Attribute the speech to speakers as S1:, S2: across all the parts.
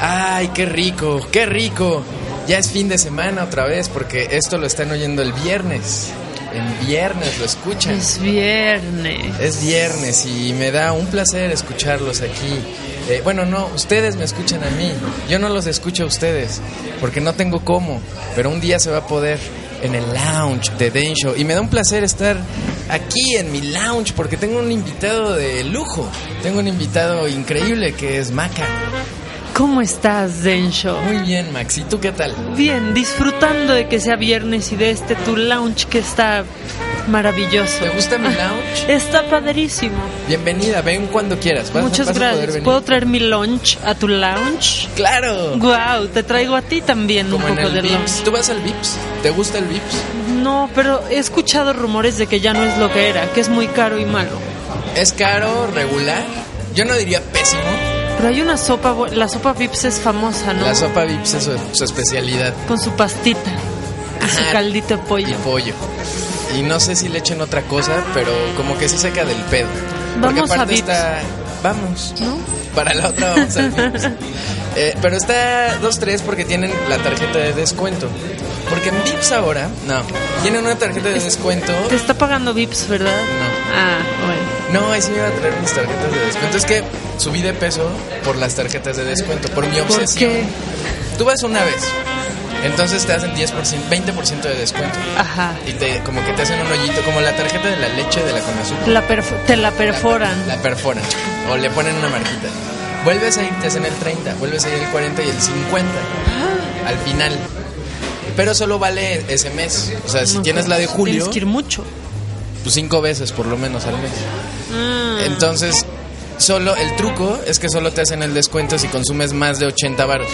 S1: Ay, qué rico, qué rico. Ya es fin de semana otra vez porque esto lo están oyendo el viernes. El viernes lo escuchan.
S2: Es viernes.
S1: Es viernes y me da un placer escucharlos aquí. Eh, bueno, no, ustedes me escuchan a mí. Yo no los escucho a ustedes porque no tengo cómo, pero un día se va a poder en el lounge de Dane Show. Y me da un placer estar aquí en mi lounge porque tengo un invitado de lujo. Tengo un invitado increíble que es Maca.
S2: ¿Cómo estás, Densho?
S1: Muy bien, Max. ¿Y tú qué tal?
S2: Bien, disfrutando de que sea viernes y de este tu lounge que está maravilloso.
S1: ¿Te gusta mi lounge?
S2: Está padrísimo.
S1: Bienvenida, ven cuando quieras. Vas-
S2: Muchas
S1: vas a poder
S2: gracias.
S1: venir.
S2: ¿Puedo traer mi lunch a tu lounge?
S1: Claro.
S2: Wow, te traigo a ti también
S1: Como
S2: un
S1: en
S2: poco
S1: el
S2: de
S1: Vips.
S2: lunch.
S1: ¿Tú vas al Vips? ¿Te gusta el Vips?
S2: No, pero he escuchado rumores de que ya no es lo que era, que es muy caro y malo.
S1: ¿Es caro, regular? Yo no diría pésimo.
S2: Pero hay una sopa, bu- la sopa Vips es famosa, ¿no?
S1: La sopa Vips es su, su especialidad.
S2: Con su pastita y su
S1: Ajá.
S2: caldito de
S1: Y
S2: pollo.
S1: pollo. Y no sé si le echen otra cosa, pero como que sí saca del pedo. Porque
S2: Vamos a
S1: aparte
S2: Vips.
S1: está- Vamos.
S2: ¿No?
S1: Para la otra vamos al Vips. Eh, pero está 2-3 porque tienen la tarjeta de descuento. Porque en Vips ahora, no, tienen una tarjeta de descuento.
S2: Te está pagando Vips, ¿verdad?
S1: No.
S2: Ah, bueno.
S1: No, ahí sí me iba a traer mis tarjetas de descuento. Es que subí de peso por las tarjetas de descuento, por mi
S2: ¿Por
S1: obsesión.
S2: qué?
S1: Tú vas una vez, entonces te hacen 10%, 20% de descuento.
S2: Ajá.
S1: Y te, como que te hacen un hoyito, como la tarjeta de la leche de la Conazul.
S2: La perf- te la perforan.
S1: La perforan. O le ponen una marquita. Vuelves a ir, te hacen el 30, vuelves a ir el 40 y el 50. Al final. Pero solo vale ese mes. O sea, si
S2: No,
S1: tienes la de julio,
S2: Tienes que ir Ah. mucho.
S1: pues cinco veces por lo menos al mes. Entonces, solo el truco es que solo te hacen el descuento si consumes más de 80 varos.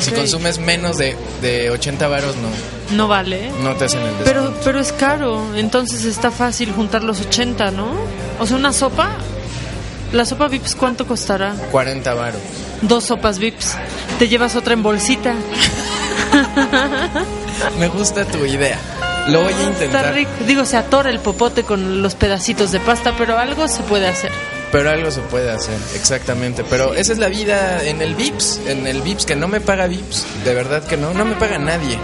S1: Si
S2: Ok.
S1: consumes menos de, de 80 varos, no,
S2: No vale.
S1: no te hacen el descuento.
S2: Pero, pero es caro. Entonces está fácil juntar los 80, ¿no? O sea, una sopa. La sopa Vips, ¿cuánto costará?
S1: 40 varos.
S2: Dos sopas Vips. Te llevas otra en bolsita.
S1: Me gusta tu idea. Lo voy a
S2: Está
S1: intentar.
S2: rico. Digo, se atora el popote con los pedacitos de pasta, pero algo se puede hacer.
S1: Pero algo se puede hacer, exactamente. Pero esa es la vida en el VIPS, en el VIPS, que no me paga VIPS, de verdad que no, no me paga nadie.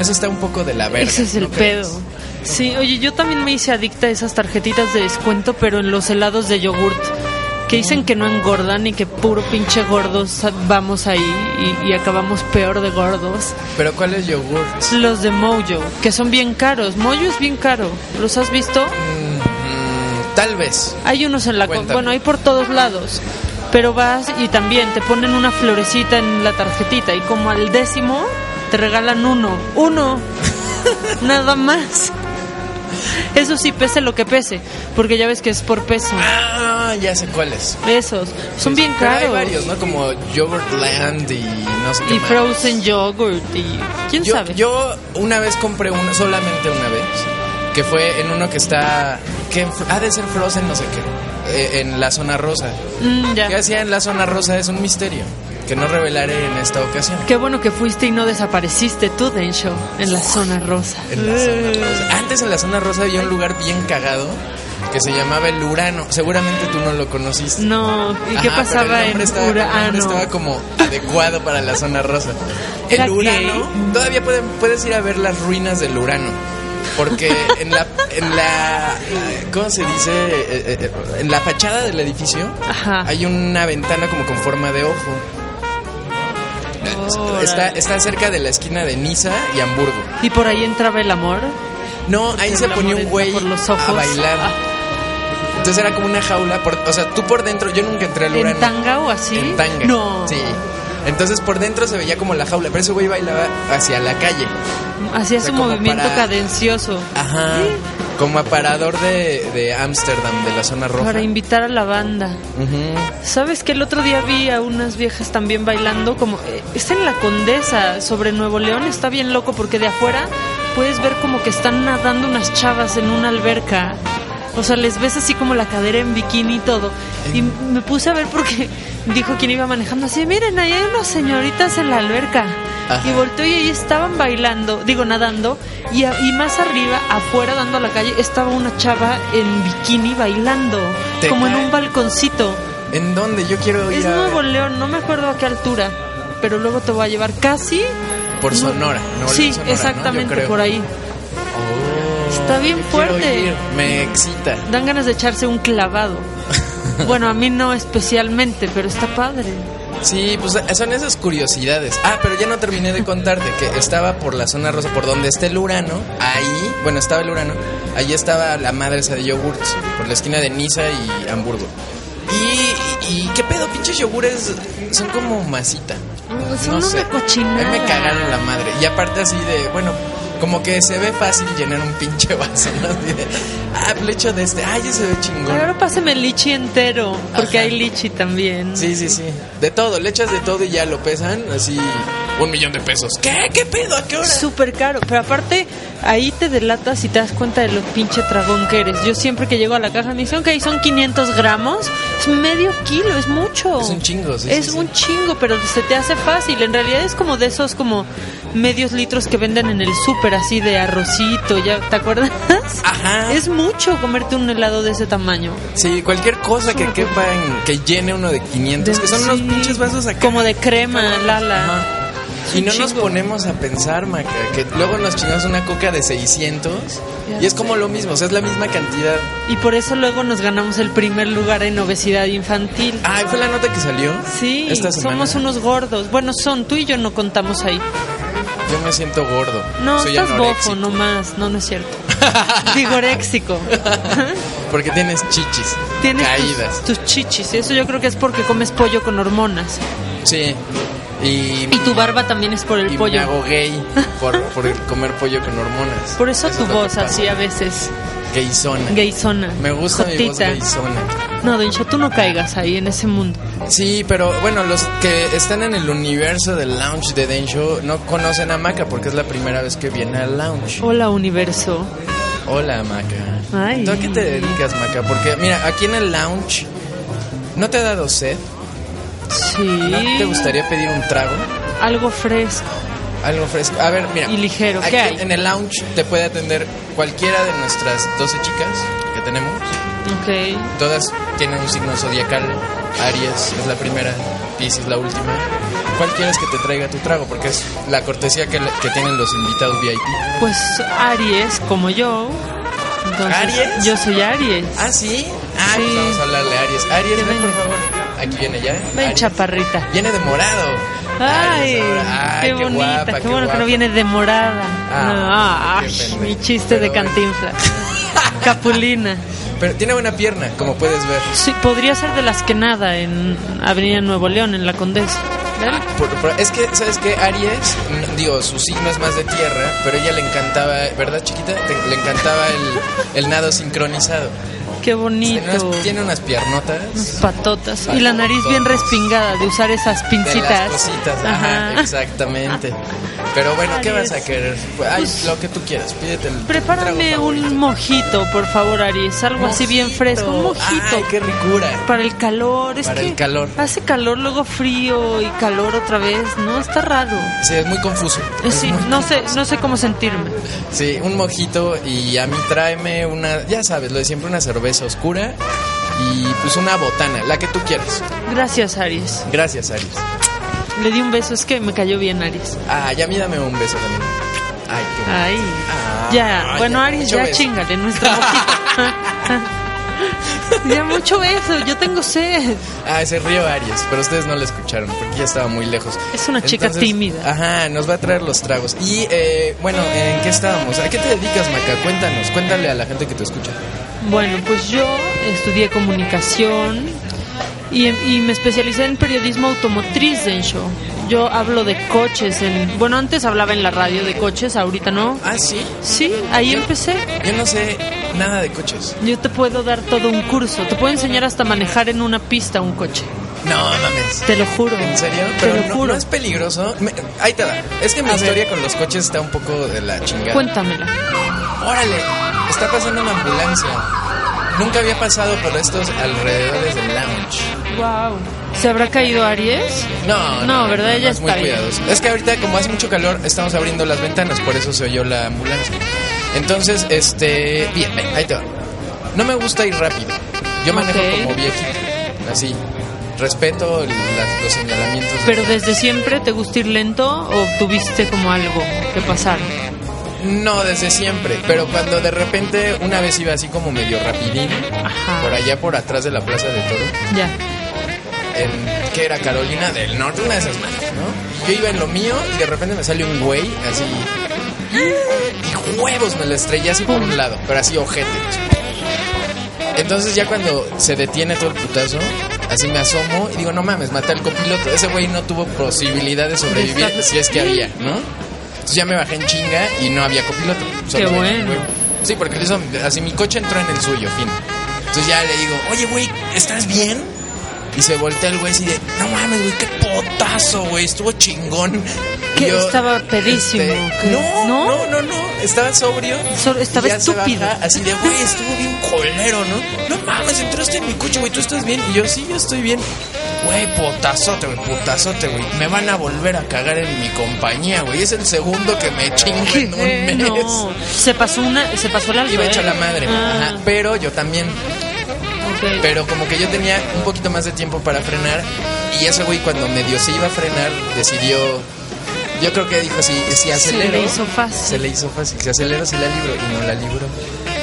S1: Eso está un poco de la verga.
S2: Ese es el
S1: ¿no crees?
S2: pedo. Sí, oye, yo también me hice adicta a esas tarjetitas de descuento, pero en los helados de yogurt. Que dicen que no engordan y que puro pinche gordos vamos ahí y, y acabamos peor de gordos.
S1: Pero ¿cuál es yogur?
S2: Los de Mojo, que son bien caros. Mojo es bien caro. ¿Los has visto?
S1: Mm, tal vez.
S2: Hay unos en la... co-
S1: Cuéntame.
S2: Bueno, hay por todos lados. Pero vas y también te ponen una florecita en la tarjetita y como al décimo te regalan uno. Uno. Nada más. Eso sí, pese lo que pese, porque ya ves que es por peso.
S1: Ah, ya sé cuáles.
S2: Esos. Son bien
S1: Pero
S2: caros.
S1: Hay varios, ¿no? Como Yogurtland y no sé qué
S2: Y
S1: más.
S2: frozen yogurt y... ¿Quién
S1: yo,
S2: sabe?
S1: Yo una vez compré uno, solamente una vez, que fue en uno que está, que en- ha de ser Frozen, no sé qué, eh, en la zona rosa.
S2: Mm, ya.
S1: ¿Qué hacía en la zona rosa? Es un misterio que no revelaré en esta ocasión.
S2: Qué bueno que fuiste y no desapareciste tú, Densho, en la zona rosa.
S1: En la
S2: Mm.
S1: zona rosa. Antes en la zona rosa había un lugar bien cagado que se llamaba el Urano. Seguramente tú no lo conociste.
S2: No, ¿y qué
S1: Ajá, pero
S2: pasaba
S1: el
S2: en Ah,
S1: nombre estaba, el nombre
S2: Urano?
S1: estaba como adecuado para la zona rosa.
S2: ¿Era
S1: El Urano,
S2: gay?
S1: todavía pueden- puedes ir a ver las ruinas del Urano. Porque en la, en la ¿cómo se dice? Eh, eh, eh, En la fachada del edificio
S2: Ajá.
S1: hay una ventana como con forma de ojo.
S2: Órale.
S1: Está, está cerca de la esquina de Niza y Hamburgo.
S2: ¿Y por ahí entraba el amor?
S1: No, ahí se
S2: El
S1: ponía
S2: amor
S1: un
S2: entra
S1: güey
S2: por los ojos.
S1: a bailar.
S2: Ah,
S1: Entonces era como una jaula, por- o sea, tú por dentro, yo nunca entré al Urano.
S2: ¿En tanga o así?
S1: En tanga.
S2: No.
S1: Sí. Entonces por dentro se veía como la jaula, pero ese güey bailaba hacia la calle.
S2: Hacía
S1: O sea,
S2: su
S1: como
S2: movimiento
S1: para-
S2: cadencioso.
S1: Ajá. Como aparador de, de Ámsterdam, de la zona roja.
S2: Para invitar a la banda.
S1: Ujú.
S2: ¿Sabes que el otro día vi a unas viejas también bailando? Como eh, es en la Condesa, sobre Nuevo León, está bien loco porque de afuera puedes ver como que están nadando unas chavas en una alberca. O sea, les ves así como la cadera en bikini y todo. Y me puse a ver porque dijo quien iba manejando así, miren, ahí hay unas señoritas en la alberca.
S1: Ajá.
S2: Y volteó y ahí estaban bailando, digo, nadando. Y, a- y más arriba, afuera, dando a la calle, estaba una chava en bikini bailando.
S1: Te
S2: como en
S1: cae.
S2: un balconcito.
S1: ¿En dónde? Yo quiero ir
S2: Es
S1: a ver.
S2: Nuevo León, no me acuerdo a qué altura, pero luego te voy a llevar casi.
S1: por Sonora. Nuevo
S2: sí,
S1: León, Sonora, ¿no? Yo
S2: exactamente
S1: creo.
S2: por ahí.
S1: Oh,
S2: Está bien
S1: yo quiero
S2: fuerte.
S1: ir, Me excita.
S2: Dan ganas de echarse un clavado. bueno, a mí no especialmente, pero está padre.
S1: Sí, pues son esas curiosidades. Ah, pero ya no terminé de contarte que estaba por la zona rosa, por donde está el Urano. Ahí, bueno, estaba el Urano. Ahí estaba la madre esa de yogurts, por la esquina de Niza y Hamburgo. Y, y qué pedo, pinches yogures son como masita.
S2: Mm, son una
S1: A mí
S2: cochinada.
S1: me cagaron la madre. Y aparte así de, bueno, como que se ve fácil llenar un pinche vaso, ¿no? Así de, ah, le echo de este. Ay, ese se ve chingón.
S2: Pero ahora pásame el lichi entero, porque
S1: Ajá.
S2: hay lichi también.
S1: Sí, sí, sí. De todo, le echas de todo y ya lo pesan, así un millón de pesos. ¿Qué? ¿Qué pedo? ¿A qué hora?
S2: Súper caro, pero aparte ahí te delatas y te das cuenta de lo pinche tragón que eres. Yo siempre que llego a la caja me dicen, ok, son 500 gramos, es medio kilo, es mucho.
S1: Es un chingo, sí,
S2: Es
S1: sí, sí.
S2: un chingo, pero se te hace fácil. En realidad es como de esos como medios litros que venden en el súper, así de arrocito, ¿ya te acuerdas?
S1: Ajá.
S2: Es mucho comerte un helado de ese tamaño.
S1: Sí, cualquier cosa que quepa en- que llene uno de 500, que son unos
S2: Sí.
S1: pinches vasos acá.
S2: Como de crema, Lala.
S1: Ajá.
S2: Es
S1: Y
S2: un
S1: no nos
S2: chingo.
S1: ponemos a pensar, Maca, que luego nos chingamos una coca de 600 y es como lo mismo, o sea, es la misma cantidad.
S2: Y por eso luego nos ganamos el primer lugar en obesidad infantil.
S1: Ay, fue la nota que salió.
S2: Sí,
S1: esta semana.
S2: somos unos gordos. Bueno, son, tú y yo no contamos ahí.
S1: Yo me siento gordo.
S2: No,
S1: Soy
S2: estás
S1: anoréxico.
S2: bofo nomás. No, no es cierto. Digoréxico.
S1: Porque tienes chichis.
S2: Tienes
S1: caídas.
S2: Tus, tus chichis. Eso yo creo que es porque comes pollo con hormonas.
S1: Sí. Y,
S2: Y tu barba también es por el
S1: Mm. y me
S2: pollo.
S1: hago gay por, por el comer pollo con hormonas.
S2: Por eso, tu
S1: es lo que
S2: voz
S1: pasa.
S2: así a veces.
S1: Gaysona.
S2: Gaysona.
S1: Me gusta mi voz
S2: Jotita.
S1: gaysona.
S2: No, Doncha, tú no caigas ahí en ese mundo.
S1: Sí, pero bueno, los que están en el universo del lounge de Den Show no conocen a Maca porque es la primera vez que viene al lounge.
S2: Hola, universo.
S1: Hola, Maca.
S2: Ay.
S1: ¿Tú a qué te dedicas, Maca? Porque mira, aquí en el lounge, ¿no te ha dado sed?
S2: Sí.
S1: ¿No te gustaría pedir un trago?
S2: Algo fresco.
S1: Algo fresco. A ver, mira.
S2: Y ligero, ¿qué
S1: Aquí
S2: hay?
S1: En el lounge te puede atender cualquiera de nuestras 12 chicas que tenemos.
S2: Ok.
S1: Todas tienen un signo zodiacal. Aries es la primera, Pisces la última. ¿Cuál quieres que te traiga tu trago? Porque es la cortesía que, que tienen los invitados VIP.
S2: Pues Aries, como yo. Entonces,
S1: ¿Aries?
S2: Yo soy Aries.
S1: ¿Ah, sí? Ah, pues
S2: Sí.
S1: vamos a hablarle a Aries. Aries,
S2: Que
S1: ven, por
S2: venga.
S1: favor. Aquí viene ya.
S2: Ven,
S1: Aries.
S2: chaparrita.
S1: Viene de morado.
S2: Ay,
S1: Aries ahora. Ay,
S2: qué, bonita,
S1: guapa,
S2: qué, bueno que
S1: guapa.
S2: no viene demorada.
S1: Ah,
S2: Ah,
S1: qué
S2: ay,
S1: pendejo.
S2: mi chiste de
S1: Pero bueno.
S2: cantinflas. Capulina.
S1: Pero tiene buena pierna, como puedes ver.
S2: Sí, podría ser de las que nada en Avenida Nuevo León, en la Condesa. ¿Ven?
S1: Por- por- es que, ¿sabes qué? Aries, mm, digo, su signo es más de tierra, pero ella le encantaba, ¿verdad, chiquita? Te- le encantaba el, el nado sincronizado.
S2: Qué
S1: Tiene
S2: bonito.
S1: unas, tiene unas piernotas.
S2: Patotas. Y la nariz bien
S1: Patotas.
S2: respingada de usar esas
S1: De las
S2: pincitas.
S1: cositas, ajá,
S2: Ajá.
S1: exactamente. Pero bueno, ¿qué
S2: Aries.
S1: vas a querer? Pues, Ay, lo que tú quieras, pídete el.
S2: Prepárame
S1: trago favorito.
S2: un mojito, por favor, Aries. Algo así bien fresco. Un mojito.
S1: Ay, qué ricura.
S2: Para el calor, es
S1: Para
S2: que
S1: el calor.
S2: hace calor, luego frío y calor otra vez, ¿no? Está raro.
S1: Sí, es muy confuso.
S2: Eh, Sí, no sé, no sé cómo sentirme.
S1: Sí, un mojito y a mí tráeme una, ya sabes, lo de siempre, una cerveza oscura y pues una botana, la que tú quieras.
S2: Gracias, Aries.
S1: Gracias, Aries.
S2: Le di un beso, es que me cayó bien, Aries.
S1: Ah, ya mí dame un beso también. Ay, qué bueno.
S2: Ay.
S1: Ah,
S2: ya, bueno,
S1: ya,
S2: Aries,
S1: mucho
S2: ya
S1: beso.
S2: chingale nuestra mojita. ya mucho eso, yo tengo sed.
S1: Ah, se rió Aries, pero ustedes no la escucharon porque ya estaba muy lejos.
S2: Es una chica tímida.
S1: Ajá, nos va a traer los tragos. Y eh, bueno, ¿en qué estábamos? ¿A qué te dedicas, Maca? Cuéntanos, cuéntale a la gente que te escucha.
S2: Bueno, pues yo estudié comunicación y, y me especialicé en periodismo automotriz en show. Yo hablo de coches en... Bueno, antes hablaba en la radio de coches, ahorita no.
S1: Ah, sí.
S2: Sí, ahí empecé.
S1: Yo no sé, nada de coches.
S2: Yo te puedo dar todo un curso. Te puedo enseñar hasta manejar en una pista un coche.
S1: No mames.
S2: Te lo juro.
S1: ¿En serio?
S2: Te
S1: Pero
S2: lo
S1: no,
S2: juro.
S1: no es peligroso. Me- ahí te va. Es que mi
S2: A ver.
S1: historia con los coches está un poco de la chingada.
S2: Cuéntamela.
S1: Órale, está pasando una ambulancia. Nunca había pasado por estos alrededores del lounge.
S2: Wow. ¿Se habrá caído Aries?
S1: No,
S2: No, ¿verdad? Ella
S1: es muy
S2: está bien.
S1: cuidadoso. Es que ahorita como hace mucho calor estamos abriendo las ventanas, por eso se oyó la ambulancia. Entonces, este, bien, ven, ahí te va. No me gusta ir rápido. Yo manejo
S2: Ok.
S1: como viejito, así. Respeto las- los señalamientos. de-
S2: ¿Pero desde siempre te gusta ir lento o tuviste como algo que pasar?
S1: No, desde siempre, pero cuando de repente una vez iba así como medio rapidín,
S2: Ajá.
S1: por allá por atrás de la Plaza de Toro,
S2: Ya.
S1: en que era Carolina del Norte, una de esas madres, ¿no? Yo iba en lo mío y de repente me sale un güey así. Y huevos me la estrellé así por un lado, pero así ojete. Entonces ya cuando se detiene todo el putazo, así me asomo y digo, no mames, maté al copiloto. Ese güey no tuvo posibilidad de sobrevivir
S2: Exacto.
S1: si es que había, ¿no? Entonces ya me bajé en chinga y no había copiloto.
S2: Qué
S1: había un
S2: bueno.
S1: güey. Sí, porque eso, así mi coche entró en el suyo, fin. Entonces ya le digo, oye, güey, ¿estás bien? Y se voltea el güey así de, no mames, güey, qué potazo, güey, estuvo chingón. Y este,
S2: ¿Qué? Estaba pedísimo, ¿qué?
S1: no,
S2: ¿No?
S1: no, no, no, estaba sobrio.
S2: So- estaba
S1: Y ya se
S2: estúpido.
S1: baja así de, güey, estuvo bien colero, ¿no? No mames, entraste en mi coche, güey, ¿tú estás bien? Y yo, sí, yo estoy bien. Güey, potazote, güey, potazote, güey. Me van a volver a cagar en mi compañía, güey. Es el segundo que me chingo en un mes.
S2: No. Se pasó una, se pasó la
S1: Iba hecho la madre.
S2: Ah,
S1: Ajá, pero yo también.
S2: ok.
S1: Pero como que yo tenía un poquito más de tiempo para frenar y ese güey cuando medio se iba a frenar decidió, yo creo que dijo si, si acelero,
S2: le hizo fácil.
S1: se le hizo fácil, si acelero se la libro y no la libro.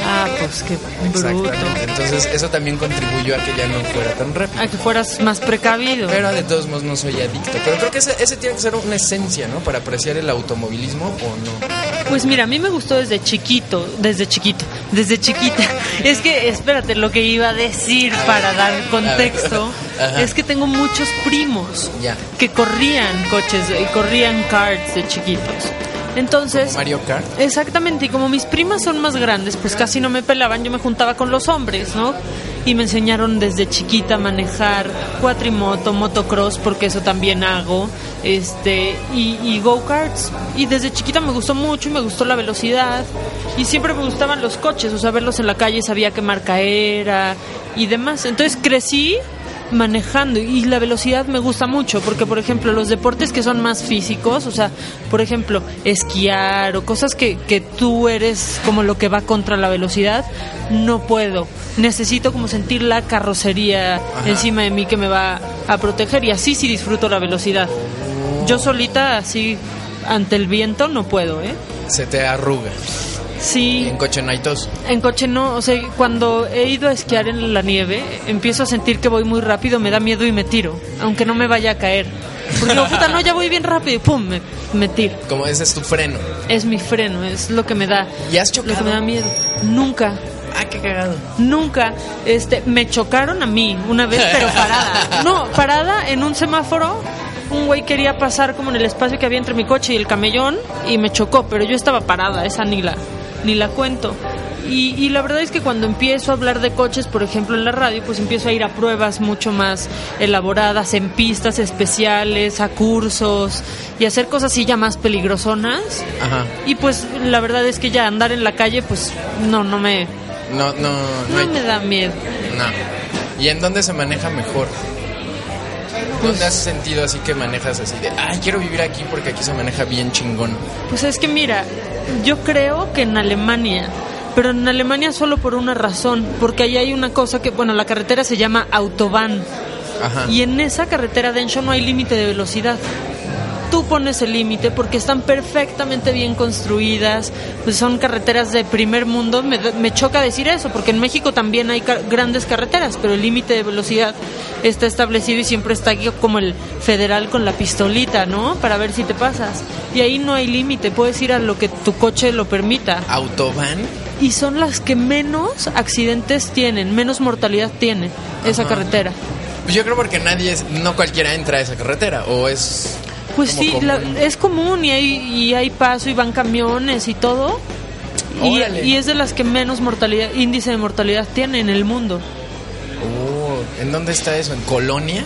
S2: Ah, pues qué bruto.
S1: Exactamente. Entonces eso también contribuyó a que ya no fuera tan rápido.
S2: A que fueras más precavido.
S1: Pero de todos modos no soy adicto. Pero creo que ese, ese tiene que ser una esencia, ¿no? Para apreciar el automovilismo o no.
S2: Pues mira, a mí me gustó desde chiquito, desde chiquito, desde chiquita. Es que, espérate, lo que iba a decir
S1: A ver,
S2: para
S1: a
S2: dar
S1: ver.
S2: contexto
S1: Ajá.
S2: es que tengo muchos primos
S1: Ya.
S2: que corrían coches y corrían karts de chiquitos. Entonces,
S1: Mario Kart.
S2: Exactamente, y como mis primas son más grandes, pues casi no me pelaban, yo me juntaba con los hombres, ¿no? Y me enseñaron desde chiquita a manejar cuatrimoto, motocross, porque eso también hago, este, y, y go-karts. Y desde chiquita me gustó mucho y me gustó la velocidad. Y siempre me gustaban los coches, o sea, verlos en la calle, sabía qué marca era y demás. Entonces crecí manejando y la velocidad me gusta mucho porque por ejemplo los deportes que son más físicos o sea por ejemplo esquiar o cosas que, que tú eres como lo que va contra la velocidad no puedo necesito como sentir la carrocería
S1: Ajá.
S2: encima de mí que me va a proteger y así sí disfruto la velocidad yo solita así ante el viento no puedo eh
S1: Se te arruga. Y
S2: sí
S1: en coche no hay tos.
S2: en coche no, o sea, cuando he ido a esquiar en la nieve, empiezo a sentir que voy muy rápido, me da miedo y me tiro, aunque no me vaya a caer. Porque digo, puta, no, ya voy bien rápido y pum, me, me tiro.
S1: Como ese es tu freno.
S2: Es mi freno, es lo que me da,
S1: ¿Y has
S2: lo que me da
S1: chocado?
S2: miedo. Nunca,
S1: Ah, qué cagado.
S2: nunca, este, me chocaron a mí una vez, pero parada. No, parada en un semáforo. Un güey quería pasar como en el espacio que había entre mi coche y el camellón y me chocó, pero yo estaba parada, esa ni la, ni la cuento. Y, y la verdad es que cuando empiezo a hablar de coches, por ejemplo, en la radio, pues empiezo a ir a pruebas mucho más elaboradas, en pistas especiales, a cursos y hacer cosas así ya más peligrosonas.
S1: Ajá.
S2: Y pues la verdad es que ya andar en la calle, pues no, no me,
S1: No, no, no,
S2: no
S1: hay
S2: me da miedo.
S1: No. ¿Y en dónde se maneja mejor?
S2: Pues
S1: ¿Dónde has sentido así que manejas así de, ay, quiero vivir aquí porque aquí se maneja bien chingón?
S2: Pues es que mira, yo creo que en Alemania, pero en Alemania solo por una razón, porque ahí hay una cosa que, bueno, la carretera se llama autobahn
S1: Ajá.
S2: y en esa carretera Densho no hay límite de velocidad. Tú pones el límite porque están perfectamente bien construidas, pues son carreteras de primer mundo. Me, da- me choca decir eso, porque en México también hay car- grandes carreteras, pero el límite de velocidad está establecido y siempre está aquí como el federal con la pistolita, ¿no? Para ver si te pasas. Y ahí no hay límite, puedes ir a lo que tu coche lo permita
S1: ¿Autobahn?
S2: y son las que menos accidentes tienen, menos mortalidad tiene esa
S1: Ajá.
S2: carretera.
S1: Pues yo creo porque nadie, es, no cualquiera entra a esa carretera, o es...
S2: Pues
S1: como
S2: sí, la-
S1: común.
S2: es común y hay, y hay paso y van camiones y todo. Y,
S1: Órale.
S2: y es de las que menos mortalidad, índice de mortalidad tiene en el mundo.
S1: Oh, ¿En dónde está eso? ¿En Colonia?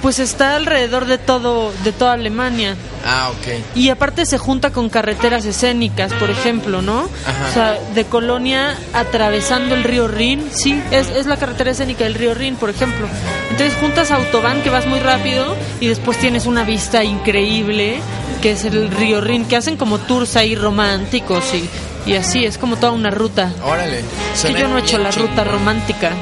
S2: Pues está alrededor de todo, de toda Alemania.
S1: Ah, ok.
S2: Y aparte se junta con carreteras escénicas, por ejemplo, ¿no?
S1: Ajá.
S2: O sea, de Colonia atravesando el río Rin, sí, es, es la carretera escénica del río Rin, por ejemplo. Entonces juntas autobahn que vas muy rápido y después tienes una vista increíble que es el río Rin, que hacen como tours ahí románticos y, y así, es como toda una ruta.
S1: Órale.
S2: Es que yo no he hecho la ruta romántica.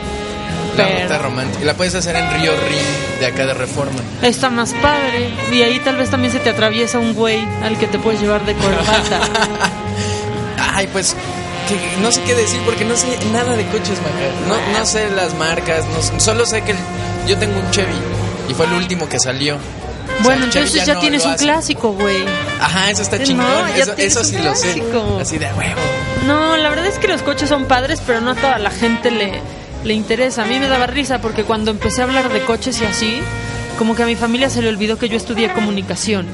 S1: La
S2: pero-
S1: ruta romántica. La puedes hacer en Río Rin, de acá de Reforma.
S2: Está más padre. Y ahí tal vez también se te atraviesa un güey al que te puedes llevar de corbata.
S1: Ay, pues que- no sé qué decir porque no sé nada de coches, Maca. No, no sé las marcas, no sé- solo sé que el- yo tengo un Chevy y fue el último que salió. O sea,
S2: Bueno,
S1: el Chevy
S2: entonces ya,
S1: no
S2: tienes
S1: lo
S2: un
S1: hace.
S2: clásico, güey.
S1: Ajá, eso está
S2: No,
S1: chingón.
S2: ya
S1: eso,
S2: tienes
S1: eso
S2: un
S1: sí lo
S2: clásico.
S1: sé. Así de huevo.
S2: No, la verdad es que los coches son padres, pero no a toda la gente le, le interesa. A mí me daba risa porque cuando empecé a hablar de coches y así, como que a mi familia se le olvidó que yo estudié comunicación.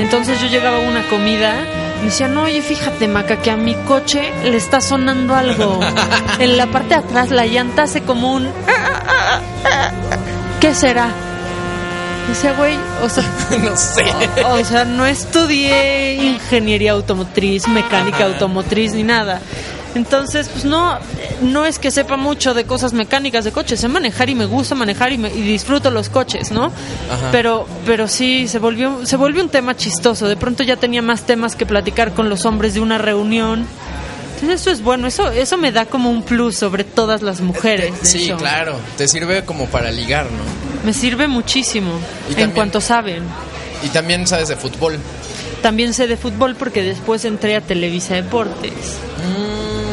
S2: Entonces yo llegaba a una comida y me decían, oye, fíjate, Maca, que a mi coche le está sonando algo. En la parte de atrás la llanta hace como un... "Ah, ¿Qué será? Y Decía, güey, o sea,
S1: no sé.
S2: o sea, no estudié ingeniería automotriz, mecánica automotriz ni nada. Entonces, pues no, no es que sepa mucho de cosas mecánicas de coches, sé manejar y me gusta manejar y, me- y disfruto los coches, ¿no? Pero, pero sí, se volvió, se volvió un tema chistoso. De pronto ya tenía más temas que platicar con los hombres de una reunión. Entonces eso es bueno, eso, eso me da como un plus sobre todas las mujeres. de
S1: Sí,
S2: hecho.
S1: claro. Te sirve como para ligar, ¿no?
S2: Me sirve muchísimo
S1: Y
S2: en
S1: también-
S2: cuanto saben.
S1: Y también sabes de fútbol.
S2: También sé de fútbol porque después entré a Televisa Deportes.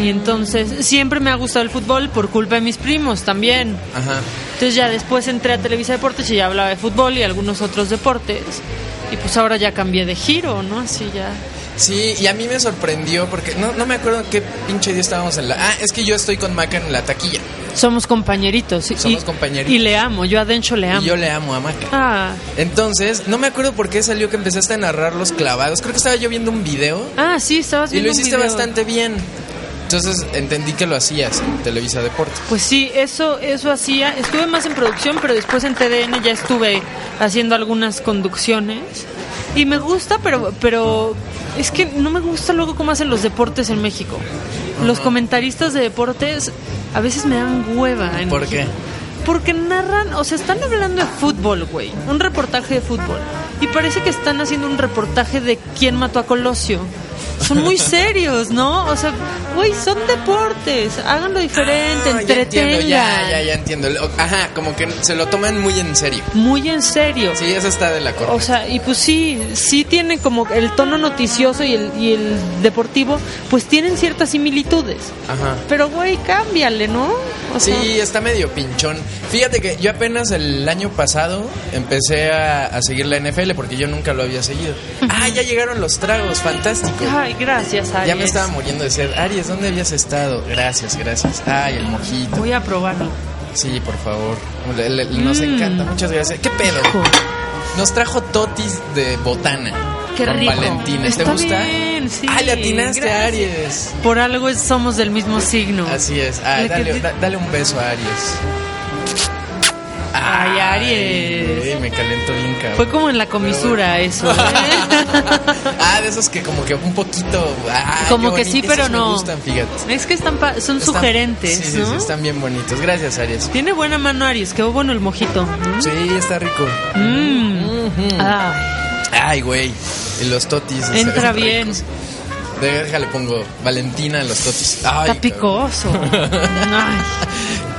S2: Y entonces siempre me ha gustado el fútbol por culpa de mis primos también.
S1: Ajá.
S2: Entonces ya después entré a Televisa Deportes y ya hablaba de fútbol y algunos otros deportes. Y pues ahora ya cambié de giro, ¿no? Así ya.
S1: Sí, y a mí me sorprendió porque no, no me acuerdo qué pinche día estábamos en la. Ah, es que yo estoy con Maca en la taquilla.
S2: Somos compañeritos. y-
S1: Somos
S2: y,
S1: compañeritos.
S2: Y le amo, yo a Dencho le amo.
S1: Y yo le amo a Maca.
S2: Ah,
S1: Entonces, no me acuerdo por qué salió que empezaste a narrar los clavados. Creo que estaba yo viendo un video
S2: ah, sí, estabas
S1: y
S2: viendo
S1: lo
S2: un
S1: hiciste
S2: video.
S1: bastante bien. Entonces entendí que lo hacías en Televisa Deportes.
S2: Pues sí, eso, eso hacía. Estuve más en producción, pero después en TDN ya estuve haciendo algunas conducciones. Y me gusta, pero, pero es que no me gusta luego cómo hacen los deportes en México. Los comentaristas de deportes a veces me dan hueva. En
S1: ¿Por
S2: México.
S1: qué?
S2: Porque narran, o sea, están hablando de fútbol, güey. Un reportaje de fútbol. Y parece que están haciendo un reportaje de quién mató a Colosio. Son muy serios, ¿no? O sea, güey, son deportes. Háganlo diferente,
S1: Ah, ya entiendo,
S2: entretengan.
S1: ya, ya, ya entiendo. Lo- Ajá, como que se lo toman muy en serio.
S2: Muy en serio.
S1: Sí, esa está de la corte.
S2: O sea, y pues sí, sí tienen como el tono noticioso y el, y el deportivo, pues tienen ciertas similitudes.
S1: Ajá.
S2: Pero, güey, cámbiale, ¿no? Oh. O sea,
S1: Sí, está medio pinchón. Fíjate que yo apenas el año pasado empecé a, a seguir la NFL porque yo nunca lo había seguido. Ah, ya llegaron los tragos, fantástico.
S2: Ay, gracias, Aries.
S1: Ya me estaba muriendo de sed. Aries, ¿dónde habías estado? Gracias, gracias. Ay, el mojito.
S2: Voy a probarlo.
S1: Sí, por favor. Le- le- Nos
S2: Mm.
S1: encanta. Muchas gracias. ¿Qué pedo?
S2: Hijo.
S1: Nos trajo totis de botana.
S2: Qué
S1: con
S2: rico.
S1: Valentina. ¿Te
S2: Está
S1: gusta?
S2: bien, sí,
S1: Ay, le atinaste a
S2: gracias.
S1: Aries.
S2: Por algo es- somos del mismo signo.
S1: Así es. Ay,
S2: Le
S1: dale,
S2: quedé-
S1: da- dale un beso a Aries.
S2: Ay, Aries.
S1: Ay, me calentó bien, cabrón.
S2: Fue como en la comisura eso. ¿eh?
S1: ah, de esos que como que un poquito. ah,
S2: como
S1: qué
S2: que sí,
S1: bonito.
S2: pero
S1: Esos me
S2: no.
S1: gustan, fíjate.
S2: Es que están pa- son
S1: Están-
S2: sugerentes,
S1: sí, sí,
S2: ¿no?
S1: sí, están bien bonitos. Gracias, Aries.
S2: Tiene buena mano Aries, quedó bueno el mojito.
S1: Sí, está rico.
S2: Mm.
S1: Ujú.
S2: Ah,
S1: Ay, güey. Y los totis.
S2: entra
S1: están
S2: bien.
S1: ricos. Déjale, pongo Valentina en los totis. Ay,
S2: Está picoso. Ay.
S1: cabrón.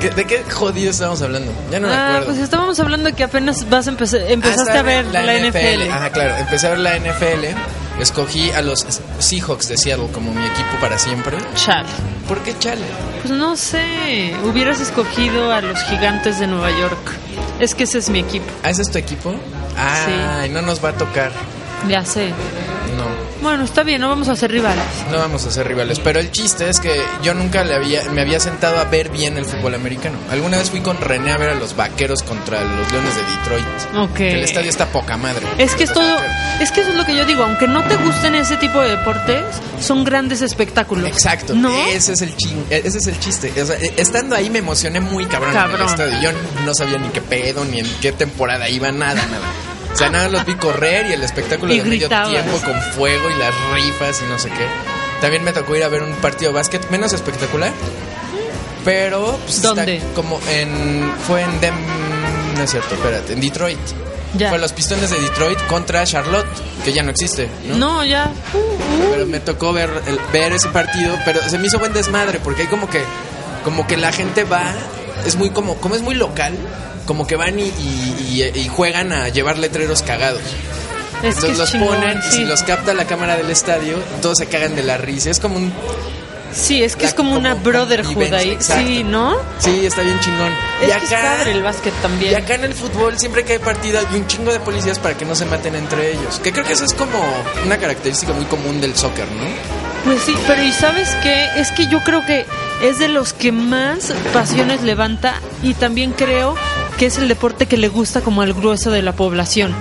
S1: ¿Qué- ¿De qué jodido estábamos hablando? Ya no me
S2: Ah,
S1: acuerdo.
S2: pues estábamos hablando que apenas vas a empezar-
S1: Ah,
S2: empezaste
S1: estaba
S2: a ver la, NFL.
S1: Ajá, claro. Empecé a ver la NFL. Escogí a los Seahawks de Seattle como mi equipo para siempre.
S2: Chale.
S1: ¿Por qué chale?
S2: Pues no sé, hubieras escogido a los gigantes de Nueva York. Es que ese es mi equipo,
S1: ¿Ah, ese es tu equipo? Ay, no nos va a tocar.
S2: ya sé.
S1: No.
S2: Bueno, está bien, no vamos a ser rivales.
S1: No vamos a ser rivales, pero el chiste es que yo nunca le había, me había sentado a ver bien el fútbol americano. Alguna vez fui con René a ver a los vaqueros contra los leones de Detroit.
S2: Ok.
S1: Que el estadio está poca madre.
S2: Es que es
S1: Los
S2: todo,
S1: Vaqueros.
S2: es que eso es lo que yo digo, aunque no te gusten ese tipo de deportes, son grandes espectáculos.
S1: Exacto,
S2: ¿No?
S1: ese, es el chin- ese es el chiste. O sea, eh, estando ahí me emocioné muy cabrón, en
S2: Cabrón.
S1: el estadio. Yo no sabía ni qué pedo, ni en qué temporada iba, nada, nada. O sea, nada, los vi correr y el espectáculo
S2: Y
S1: de medio
S2: gritabas.
S1: tiempo con fuego y las rifas y no sé qué. También me tocó ir a ver un partido de básquet menos espectacular, pero... pues,
S2: ¿Dónde?
S1: está como en... Fue en... Dem, no es cierto, espérate, en Detroit.
S2: Ya.
S1: Fue los pistones de Detroit contra Charlotte, que ya no existe, ¿no?
S2: No, ya.
S1: pero me tocó ver el- ver ese partido, pero se me hizo buen desmadre porque hay como que como que la gente va es muy como como es muy local, como que van y, y- y- y juegan a llevar letreros cagados.
S2: Es que
S1: Entonces
S2: es
S1: los
S2: chingón,
S1: ponen y
S2: sí.
S1: si los capta la cámara del estadio, todos se cagan de la risa. Es como un
S2: Sí, es que
S1: la-
S2: es como, una
S1: como
S2: brotherhood
S1: convivencia,
S2: ahí.
S1: exacto.
S2: Sí, ¿no?
S1: sí, está bien chingón.
S2: Es
S1: y
S2: que es padre el
S1: acá
S2: básquet
S1: y
S2: también.
S1: acá en el fútbol siempre que hay partida hay un chingo de policías para que no se maten entre ellos. Que creo que eso es como una característica muy común del soccer, ¿no?
S2: Pues sí, pero ¿y sabes qué? Es que yo creo que es de los que más pasiones levanta y también creo que es el deporte que le gusta como al grueso de la población.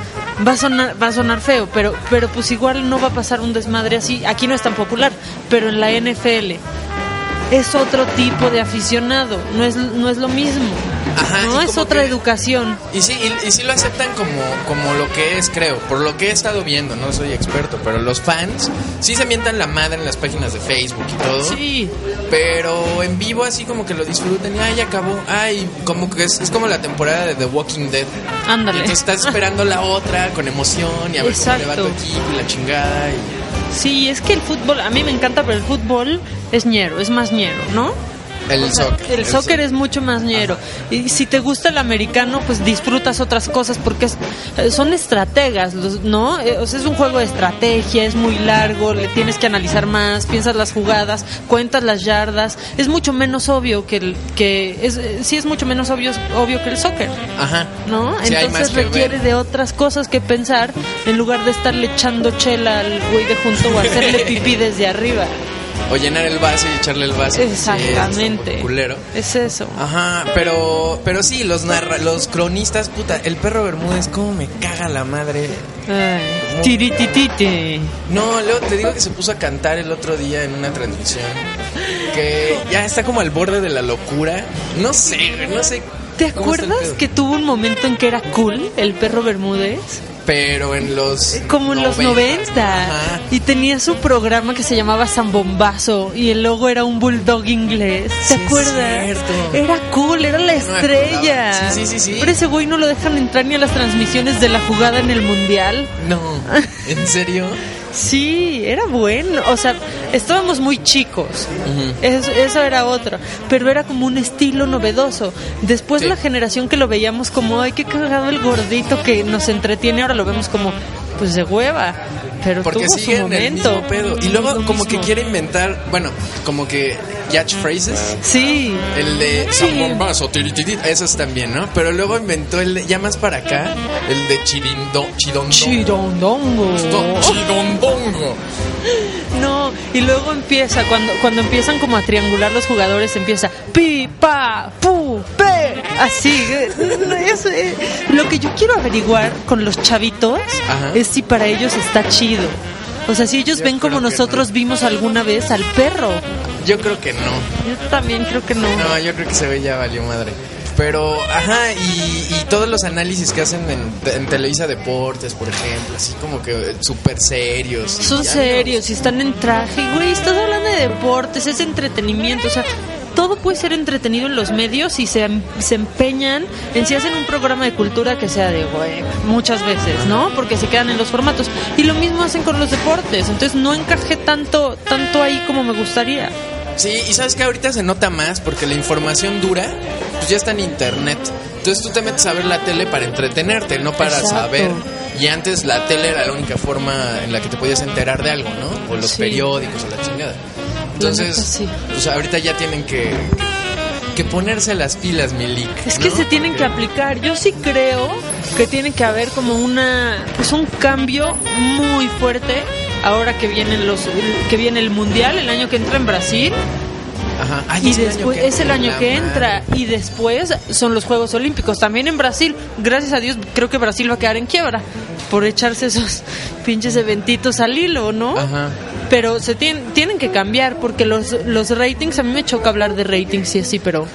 S2: Va a sonar, va a sonar feo, pero, pero pues igual no va a pasar un desmadre así. Aquí no es tan popular, pero en la NFL es otro tipo de aficionado, no es, no es lo mismo.
S1: Ajá, y
S2: no es
S1: como
S2: otra
S1: que-
S2: educación.
S1: Y sí, y, y sí lo aceptan como, como lo que es, creo. Por lo que he estado viendo, no soy experto, pero los fans sí se mientan la madre en las páginas de Facebook y todo.
S2: Sí,
S1: Pero en vivo así como que lo disfruten y ay, acabó. Ay, como que es, es como la temporada de The Walking Dead.
S2: ándale.
S1: Entonces estás esperando la otra con emoción y a ver cómo le
S2: Exacto.
S1: va tu equipo y la chingada. Y
S2: Sí, es que el fútbol, a mí me encanta, pero el fútbol es ñero, es más ñero, ¿no?
S1: el
S2: O sea,
S1: soccer.
S2: El soccer es mucho más ñero. Y si te gusta el americano, pues disfrutas otras cosas porque es- eh, son estrategas, los- ¿no? Eh, O sea, es un juego de estrategia, es muy largo, le tienes que analizar más, piensas las jugadas, cuentas las yardas. Es mucho menos obvio que el que es eh, sí es mucho menos obvio obvio que el soccer.
S1: Ajá.
S2: ¿No?
S1: Sí, hay más
S2: Entonces
S1: que
S2: requiere
S1: ver.
S2: de otras cosas que pensar en lugar de estarle echando chela al güey de junto o hacerle pipí desde arriba.
S1: O llenar el vaso y echarle el vaso. Sí, está muy
S2: Exactamente.
S1: culero.
S2: Es eso.
S1: Ajá, pero pero sí, los narra, los cronistas, puta, el perro Bermúdez, cómo me caga la madre.
S2: Ay, tiritititi.
S1: No, Leo, te digo que se puso a cantar el otro día en una transmisión. Que ya está como al borde de la locura. No sé, güey, no sé.
S2: ¿Te
S1: cómo está el
S2: acuerdas
S1: pedo.
S2: que tuvo un momento en que era cool el perro Bermúdez?
S1: Pero en los.
S2: Eh, Como en los 90.
S1: Ajá.
S2: Y tenía su programa que se llamaba Zambombazo y el logo era un bulldog inglés. ¿Te
S1: Sí, es
S2: acuerdas?
S1: cierto.
S2: Era cool, era la
S1: me acordaba.
S2: estrella.
S1: Sí, sí, sí, sí.
S2: Pero ese güey no lo dejan entrar ni a las transmisiones de la jugada en el mundial.
S1: No, ¿en serio?
S2: Sí, era bueno. O sea, estábamos muy chicos.
S1: Ujú.
S2: Eso, eso era otro. Pero era como un estilo novedoso. Después
S1: Sí.
S2: la generación que lo veíamos como, ay, qué cagado el gordito que nos entretiene, ahora lo vemos como, pues de hueva. Pero
S1: Porque
S2: tuvo su
S1: sigue en el
S2: momento.
S1: mismo pedo. Y luego,
S2: Lo
S1: como que
S2: mismo.
S1: quiere inventar, bueno, como que catchphrases.
S2: Sí.
S1: El de
S2: Sí.
S1: Zambombazo, tiritititi, esos también, ¿no? Pero luego inventó el de, ya más para acá, el de Chirindo, Chidondo.
S2: Chirondongo.
S1: Chido- Chirondongo.
S2: No, y luego empieza, cuando, cuando empiezan como a triangular los jugadores, empieza pi, pa, pu, pe, así. eh, eso, eh. Lo que yo quiero averiguar con los chavitos
S1: Ajá.
S2: es si para ellos está chido. O sea, si ellos
S1: Yo
S2: ven como
S1: creo que
S2: nosotros vimos alguna vez al perro.
S1: Yo creo que no.
S2: Yo también creo que no.
S1: No, yo creo que se ve ya valió madre. Pero, ajá, y, y todos los análisis que hacen en, en Televisa Deportes, por ejemplo, así como que eh, súper serios. y
S2: Son
S1: ya,
S2: serios y están en traje. Y, Güey, estás hablando de deportes, es entretenimiento. O sea, todo puede ser entretenido en los medios y se, em- se empeñan en si hacen un programa de cultura que sea de güey, muchas veces, ¿no? Porque se quedan en los formatos. Y lo mismo hacen con los deportes. Entonces no encajé tanto, tanto ahí como me gustaría.
S1: Sí, y sabes que ahorita se nota más porque la información dura, pues ya está en internet. Entonces tú te metes a ver la tele para entretenerte, no para
S2: Exacto.
S1: saber. Y antes la tele era la única forma en la que te podías enterar de algo, ¿no? O los
S2: Sí.
S1: periódicos o la chingada.
S2: neta,
S1: Entonces,
S2: sí.
S1: pues ahorita ya tienen que, que ponerse las pilas, Milik.
S2: Es que
S1: ¿no?
S2: se tienen que
S1: Porque-
S2: aplicar. Yo sí creo que tiene que haber como una, pues un cambio muy fuerte ahora que vienen los que viene el mundial el año que entra en Brasil
S1: Ajá. Ay,
S2: y
S1: es el año
S2: después
S1: que
S2: es el
S1: entra,
S2: año
S1: la
S2: que
S1: madre.
S2: entra y después son los Juegos Olímpicos también en Brasil gracias a Dios creo que Brasil va a quedar en quiebra por echarse esos pinches eventitos al hilo no
S1: Ajá.
S2: pero se tienen tienen que cambiar porque los los ratings a mí me choca hablar de ratings y así pero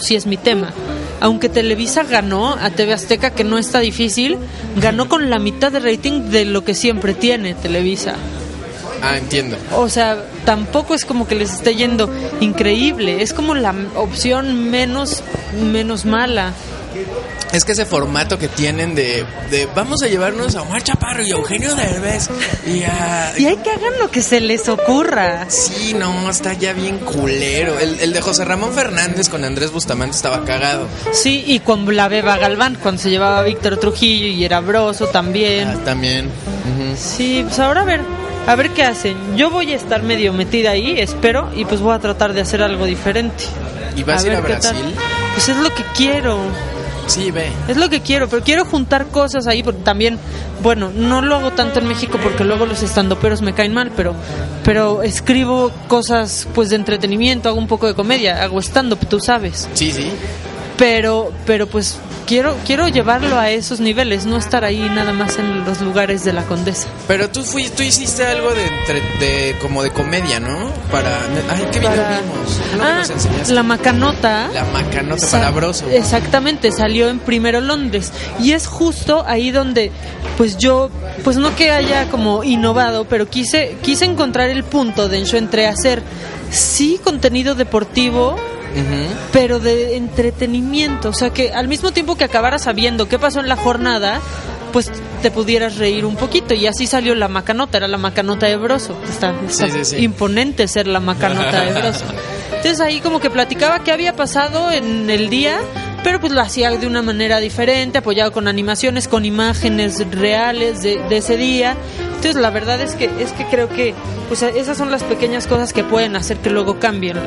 S2: sí es mi tema aunque Televisa ganó a TV Azteca que no está difícil ganó con la mitad de rating de lo que siempre tiene Televisa
S1: Ah, entiendo.
S2: o sea, tampoco es como que les esté yendo increíble, es como la opción menos menos mala.
S1: Es que ese formato que tienen de, de vamos a llevarnos a Omar Chaparro y a Eugenio Derbez y a...
S2: Y hay que hagan lo que se les ocurra.
S1: Sí, no, está ya bien culero. El, el de José Ramón Fernández con Andrés Bustamante estaba cagado.
S2: Sí, y con la Beba Galván, cuando se llevaba a Víctor Trujillo y era broso
S1: Ah,
S2: también.
S1: también. Ujú.
S2: Sí, pues ahora a ver, a ver qué hacen. Yo voy a estar medio metida ahí, espero, y pues voy a tratar de hacer algo diferente.
S1: ¿Y vas a, ir a
S2: ver qué tal.
S1: Brasil?
S2: Pues es lo que quiero.
S1: Sí, ve.
S2: Es lo que quiero, pero quiero juntar cosas ahí porque también, bueno, no lo hago tanto en México porque luego los estandoperos me caen mal, pero pero escribo cosas pues de entretenimiento, hago un poco de comedia, hago stand up, tú sabes.
S1: Sí, sí.
S2: Pero pero pues quiero quiero llevarlo a esos niveles, no estar ahí nada más en los lugares de la Condesa.
S1: Pero tú fui, tú hiciste algo de, entre- de como de comedia, ¿no? Para ay, qué video
S2: Para-
S1: vimos. Uno que
S2: Ah,
S1: nos enseñaste.
S2: la macanota.
S1: La macanota
S2: Sa-
S1: para broso.
S2: Exactamente, salió en primero Londres. Y es justo ahí donde, pues yo, pues no que haya como innovado, pero quise, quise encontrar el punto Densho entre hacer sí contenido deportivo,
S1: Ujú.
S2: pero de entretenimiento. O sea que al mismo tiempo que acabaras sabiendo qué pasó en la jornada, pues te pudieras reír un poquito. Y así salió la macanota, era la macanota de Broso. Está, está
S1: Sí, sí, sí.
S2: imponente ser la macanota de Broso. Entonces ahí como que platicaba qué había pasado en el día. Pero pues lo hacía de una manera diferente, apoyado con animaciones, con imágenes reales de, de ese día. Entonces la verdad es que es que creo que pues esas son las pequeñas cosas que pueden hacer que luego cambien.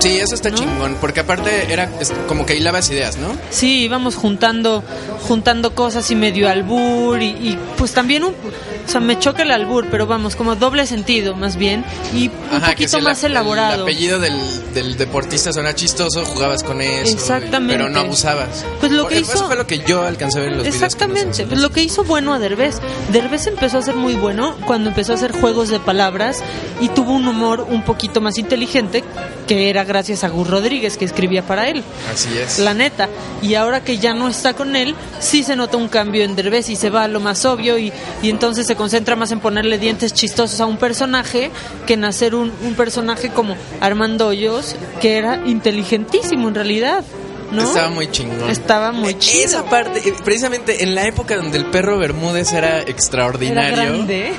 S1: Sí, eso está
S2: ¿No?
S1: chingón, porque aparte era es como que hilabas ideas, ¿no?
S2: Sí, íbamos juntando, juntando cosas y medio albur y, y, pues también un, o sea, me choca el albur, pero vamos, como doble sentido más bien y un poquito
S1: si la-
S2: más
S1: El
S2: elaborado.
S1: apellido del, del deportista suena chistoso, jugabas con eso. y-
S2: Exactamente.
S1: pero no abusabas.
S2: Pues lo que
S1: Porque Eso
S2: hizo-
S1: fue lo que yo alcancé a ver en los videos.
S2: Exactamente,
S1: que nos
S2: pues lo que hizo bueno a Derbez. Derbez empezó a ser muy bueno cuando empezó a hacer juegos de palabras y tuvo un humor un poquito más inteligente que era gracias a Gus Rodríguez que escribía para él.
S1: enseñaste. Así es.
S2: la neta. Y ahora que ya no está con él, sí se nota un cambio en Derbez y se va a lo más obvio y, y entonces se concentra más en ponerle dientes chistosos a un personaje que en hacer un, un personaje como Armando Hoyos, que era inteligentísimo en realidad, ¿no?
S1: Estaba muy chingón.
S2: Estaba muy chido.
S1: Esa parte, eh, precisamente en la época donde el perro Bermúdez era
S2: Era
S1: extraordinario,
S2: grande.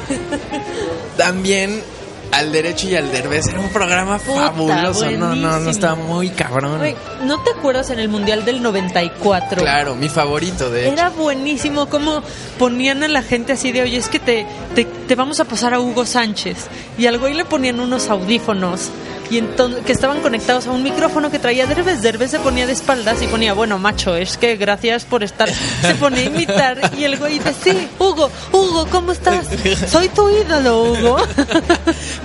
S1: también al derecho y al derbez era un programa
S2: Puta,
S1: fabuloso. No, no, no,
S2: buenísimo.
S1: estaba muy cabrón.
S2: Güey, ¿No te acuerdas en el Mundial del 94?
S1: Claro, mi favorito de hecho.
S2: Era buenísimo como ponían a la gente así de, oye, es que te, te, te vamos a pasar a Hugo Sánchez. Y al güey le ponían unos audífonos y entonces que estaban conectados a un micrófono que traía Derbez. Derbez se ponía de espaldas y ponía, bueno, macho, es que gracias por estar. Se ponía a imitar y el güey dice, sí, Hugo, Hugo, ¿cómo estás? Soy tu ídolo, Hugo.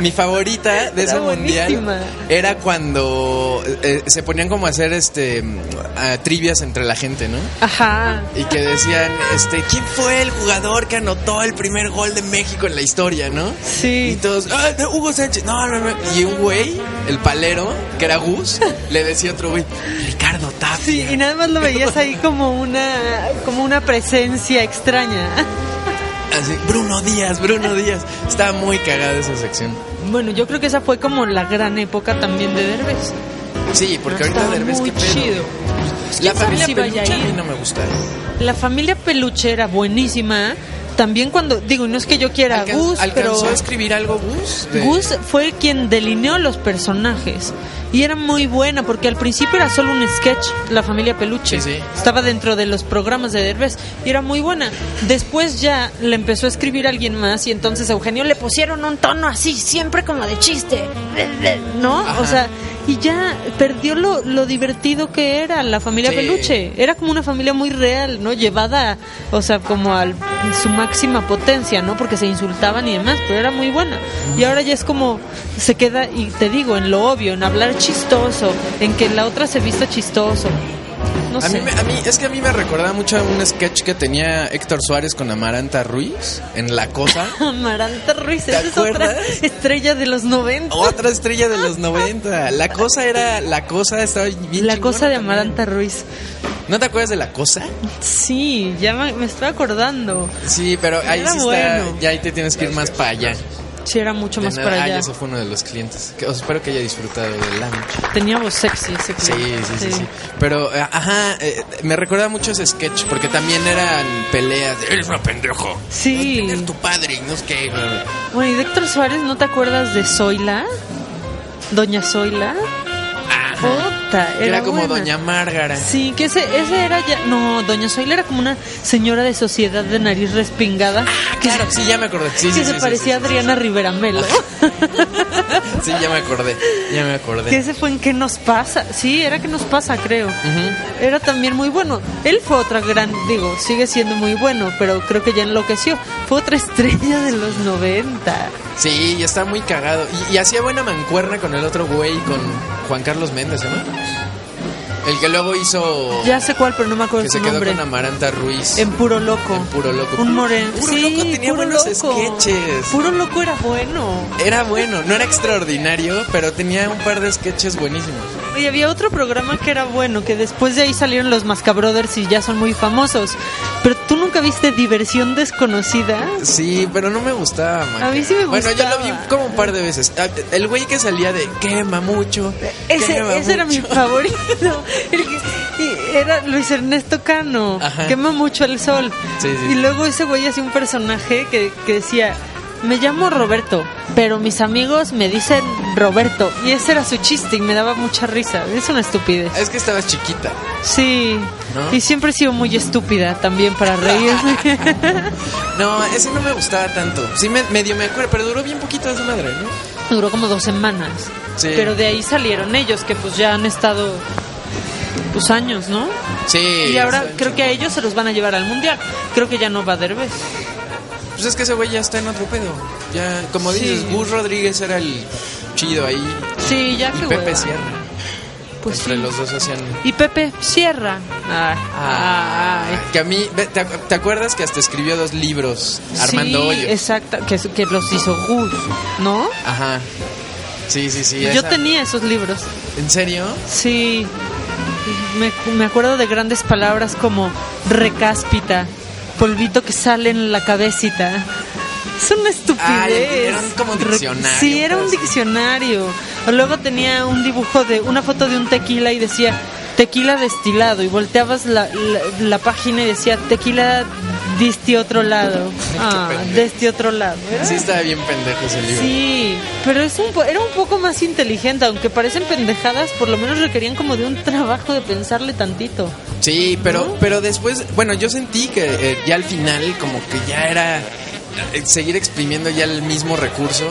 S1: Mi favorita de
S2: Era
S1: ese mundial
S2: buenísima.
S1: era cuando eh, se ponían como a hacer este mm, a trivias entre la gente, ¿no?
S2: Ajá.
S1: Y que decían, este, ¿quién fue el jugador que anotó el primer gol de México en la historia, no? Y
S2: Sí.
S1: todos, ah, no, Hugo Sánchez, no, no, no. Y un güey, el palero, que era Gus, le decía a otro güey, Ricardo Tapia.
S2: Sí, y nada más lo veías ahí como una, como una presencia extraña.
S1: Así, Bruno Díaz, Bruno Díaz. Estaba muy cagada esa sección.
S2: Bueno, yo creo que esa fue como la gran época también de Derbez.
S1: Sí, porque
S2: No,
S1: ahorita
S2: estaba
S1: Derbez,
S2: muy
S1: qué pedo.
S2: chido.
S1: La
S2: ¿Quién sabe
S1: familia
S2: si vaya
S1: peluche a
S2: a
S1: mí
S2: ir?
S1: no me gusta.
S2: La familia Peluche era buenísima. También cuando, digo, no es que yo quiera a
S1: Alcan-
S2: Gus, pero
S1: Este, ¿Alcanzó a escribir algo Gus? De-
S2: Gus fue quien delineó los personajes. Y era muy buena porque al principio era solo un sketch, La familia Peluche.
S1: Sí, sí.
S2: Estaba dentro de los programas de Derbez y era muy buena. Después ya le empezó a escribir alguien más y entonces a Eugenio le pusieron un tono así, siempre como de chiste. ¿No?
S1: Ajá.
S2: O sea, y ya perdió lo, lo divertido que era la familia
S1: Sí.
S2: Peluche. Era como una familia muy real, ¿no? Llevada, o sea, como al su máxima potencia, ¿no? Porque se insultaban y demás, pero era muy buena. Y ahora ya es como se queda y te digo en lo obvio, en hablar chistoso, en que la otra se vista chistoso. No
S1: A mí,
S2: sé.
S1: me- a mí- es que a mí me recordaba mucho a un sketch que tenía Héctor Suárez con Amaranta Ruiz en La Cosa.
S2: Amaranta Ruiz,
S1: ¿Te
S2: esa es otra
S1: acuerdas? Oh,
S2: estrella de los 90.
S1: Otra estrella de los 90. La Cosa era. La Cosa estaba bien
S2: la
S1: chingona
S2: cosa de
S1: también.
S2: Amaranta Ruiz.
S1: ¿No te acuerdas de La Cosa?
S2: Sí, ya me, me estoy acordando.
S1: Sí, pero ahí
S2: Era
S1: sí está.
S2: bueno.
S1: Ya ahí te tienes que ir más para allá.
S2: Sí, era mucho más
S1: De nada-
S2: para
S1: Ah,
S2: allá.
S1: ya se fue uno de los clientes. Que- os espero que haya disfrutado del lunch.
S2: Tenía voz sexy ese
S1: Sí,
S2: clip.
S1: sí, sí, sí. Pero, eh, ajá, eh, me recuerda mucho ese sketch porque también eran peleas. de, Eres un pendejo.
S2: Sí.
S1: Eres tu padre y no es que.
S2: Bueno, y de Héctor Suárez, ¿no te acuerdas de Zoila? Doña Zoila. Puta,
S1: ah, Era,
S2: Oh, era,
S1: como
S2: buena.
S1: Doña Márgara.
S2: Sí, que ese, ese era ya. No, Doña Zoila era como una señora de sociedad de nariz respingada. que
S1: Ah, Claro,
S2: se,
S1: sí, ya me acordé. Sí, sí,
S2: que se
S1: sí, sí,
S2: parecía a
S1: sí, Ah, sí,
S2: Adriana Rivera Melo.
S1: sí. Sí, ya me acordé. Ya me acordé.
S2: que ese fue en ¿Qué nos pasa? Sí, era ¿Qué nos pasa? Creo. Era también muy bueno. Él fue otra gran. Digo, sigue siendo muy bueno, pero creo que ya enloqueció. Fue otra estrella de los 90.
S1: Sí, y está muy cagado. Y, y hacía buena mancuerna con el otro güey, con Juan Carlos Méndez, ¿no? El que luego hizo.
S2: Ya sé cuál, pero no me acuerdo
S1: que
S2: su
S1: se quedó
S2: nombre. Em
S1: con Amaranta Ruiz.
S2: En Puro Loco.
S1: En Puro Loco.
S2: Un moreno.
S1: Puro
S2: sí,
S1: Loco tenía
S2: Puro
S1: buenos
S2: Loco.
S1: sketches.
S2: Puro Loco era bueno.
S1: Era bueno, no era extraordinario, pero tenía un par de sketches buenísimos.
S2: Y había otro programa que era bueno, que después de ahí salieron los Mascabrothers y ya son muy famosos. Pero tú nunca viste Diversión Desconocida.
S1: Sí, pero no me gustaba, Maca.
S2: A mí sí me
S1: Bueno, yo lo vi
S2: gustaba.
S1: como un par de veces. Ah, El güey que salía de quema mucho.
S2: Ese,
S1: quema
S2: ese era mi
S1: mucho".
S2: favorito. El que- y era Luis Ernesto Cano.
S1: Ajá.
S2: Quema mucho el sol.
S1: Sí, sí.
S2: Y luego ese güey hacía un personaje que, que decía, me llamo Roberto, pero mis amigos me dicen Roberto. Y ese era su chiste y me daba mucha risa. Es una estupidez.
S1: Es que estabas chiquita.
S2: Sí.
S1: Eh. ¿No?
S2: Y siempre he sido muy estúpida también para reírme.
S1: No, ese no me gustaba tanto. Sí, me, medio me acuerdo, pero duró bien poquito esa madre, ¿no?
S2: Duró como dos semanas.
S1: Sí.
S2: Pero de ahí salieron ellos, que pues ya han estado pues años, ¿no?
S1: Sí.
S2: Y ahora
S1: está
S2: creo que a ellos se los van a llevar al mundial. Creo que ya no va a Derbez.
S1: Pues es que ese güey ya está en otro pedo. Ya, como
S2: Sí.
S1: dices, Gus Rodríguez era el chido ahí.
S2: Sí, ya
S1: Y
S2: que
S1: Pepe Sierra.
S2: Pues
S1: Entre
S2: sí.
S1: los dos hacían.
S2: Y Pepe Sierra. Ay, ay.
S1: Que a mí, ve, ¿te, ac- te acuerdas que hasta escribió dos libros? Armando
S2: sí,
S1: Hoyos.
S2: Exacto, que, que los hizo Gus, ¿no?
S1: Ajá. Sí, sí, sí.
S2: Yo
S1: esa-
S2: tenía esos libros.
S1: ¿En serio?
S2: Sí. Me, me acuerdo de grandes palabras como recáspita, polvito que sale en la cabecita. Es una estupidez.
S1: Ah, era un- como un
S2: Re-
S1: diccionario,
S2: Sí, era un
S1: pues.
S2: diccionario. O Luego tenía un dibujo de una foto de un tequila y decía tequila destilado y volteabas la, la- la página y decía tequila de este otro lado. Ah,
S1: pendejo.
S2: de este otro lado. Era
S1: Sí, estaba bien pendejo ese libro.
S2: Sí, pero es un po- era un poco más inteligente, aunque parecen pendejadas, por lo menos requerían como de un trabajo de pensarle tantito.
S1: Sí, pero, pero después, bueno, yo sentí que eh, ya al final, como que ya era eh, seguir exprimiendo ya el mismo recurso.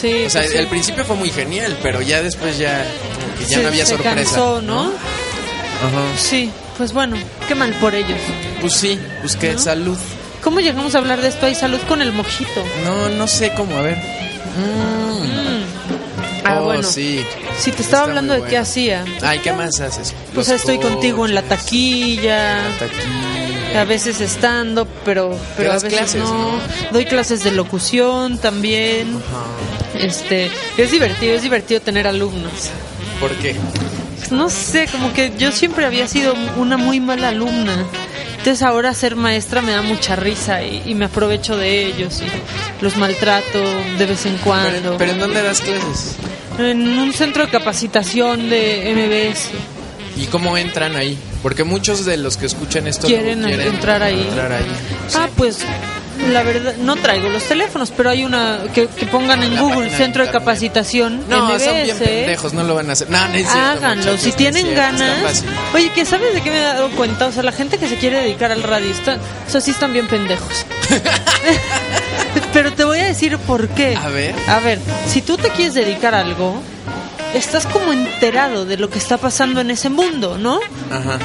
S2: Sí.
S1: O sea,
S2: pues sí.
S1: al principio fue muy genial, pero ya después ya, como que ya
S2: Se-
S1: no había
S2: se
S1: sorpresa.
S2: cansó, ¿no?
S1: Ajá.
S2: Sí, pues bueno, qué mal por ellos.
S1: Pues sí, pues que salud.
S2: ¿Cómo llegamos a hablar de esto? Hay salud con el mojito.
S1: No, no sé cómo, a ver. Mm.
S2: Ah,
S1: Oh,
S2: bueno.
S1: sí.
S2: Si te
S1: Está
S2: estaba hablando de
S1: muy
S2: qué
S1: bueno.
S2: hacía.
S1: Ay, ¿qué más haces?
S2: Pues
S1: Los
S2: estoy contigo en la
S1: coches,
S2: taquilla.
S1: la taquilla.
S2: A veces estando, pero, pero a
S1: das
S2: veces
S1: clases,
S2: no.
S1: ¿no?
S2: Doy clases de locución también. Este, es divertido, es divertido tener alumnos.
S1: ¿Por qué?
S2: No sé, como que yo siempre había sido una muy mala alumna. Entonces ahora ser maestra me da mucha risa y, y me aprovecho de ellos y los maltrato de vez en cuando.
S1: Pero, pero ¿en dónde das clases?
S2: en un centro de capacitación de MBS.
S1: ¿Y cómo entran ahí? Porque muchos de los que escuchan esto no
S2: Quieren entrar ahí.
S1: entrar ahí.
S2: Ah, pues la verdad, no traigo los teléfonos, pero hay una que, que pongan en
S1: La
S2: Google
S1: página de
S2: Centro de
S1: internet.
S2: Capacitación.
S1: No,
S2: MBS.
S1: son bien pendejos, no lo van a hacer. No, no es cierto,
S2: ¿eh? Háganlo,
S1: muchachos,
S2: si
S1: no es
S2: tienen
S1: cierto, está
S2: ganas.
S1: fácil.
S2: Oye, que sabes de qué me he dado cuenta? O sea, la gente que se quiere dedicar al radio, está, o sea, sí están bien pendejos. Pero te voy a decir por qué.
S1: A ver.
S2: A ver, si tú te quieres dedicar a algo, estás como enterado de lo que está pasando en ese mundo, ¿no?
S1: Ajá.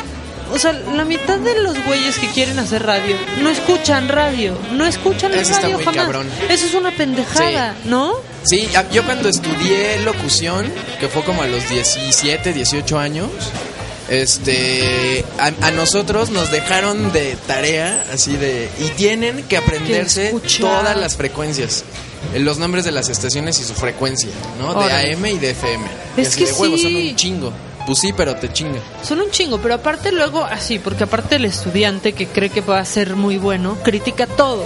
S2: O sea, la mitad de los güeyes que quieren hacer radio no escuchan radio, no escuchan el
S1: Eso está
S2: radio
S1: muy
S2: jamás.
S1: cabrón.
S2: Eso es una pendejada, ¿no?
S1: Sí, a- yo cuando estudié locución, que fue como a los 17, 18 años, este, a, a nosotros nos dejaron de tarea, así de, y tienen que aprenderse
S2: escuchar.
S1: todas las frecuencias, eh, los nombres de las estaciones y su frecuencia, ¿no? De
S2: Órale.
S1: AM y de FM. Y
S2: Es
S1: así
S2: que
S1: de huevos, son
S2: sí.
S1: un chingo. Pues sí, pero te chinga.
S2: Son un chingo, pero aparte luego así, porque aparte el estudiante que cree que va a ser muy bueno, critica todo.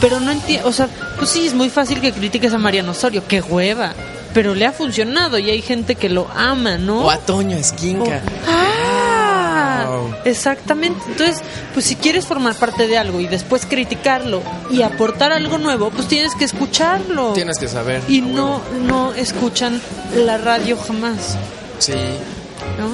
S2: Pero no entiende, o sea, pues sí, es muy fácil que critiques a Mariano Osorio, qué hueva. Pero le ha funcionado y hay gente que lo ama, ¿no? Oh,
S1: O a Toño Esquinca.
S2: Ah,
S1: Wow.
S2: exactamente. Entonces, pues si quieres formar parte de algo y después criticarlo y aportar algo nuevo, pues tienes que escucharlo.
S1: Tienes que saber.
S2: y
S1: a huevo.
S2: no, no escuchan la radio jamás,
S1: Sí,
S2: ¿no?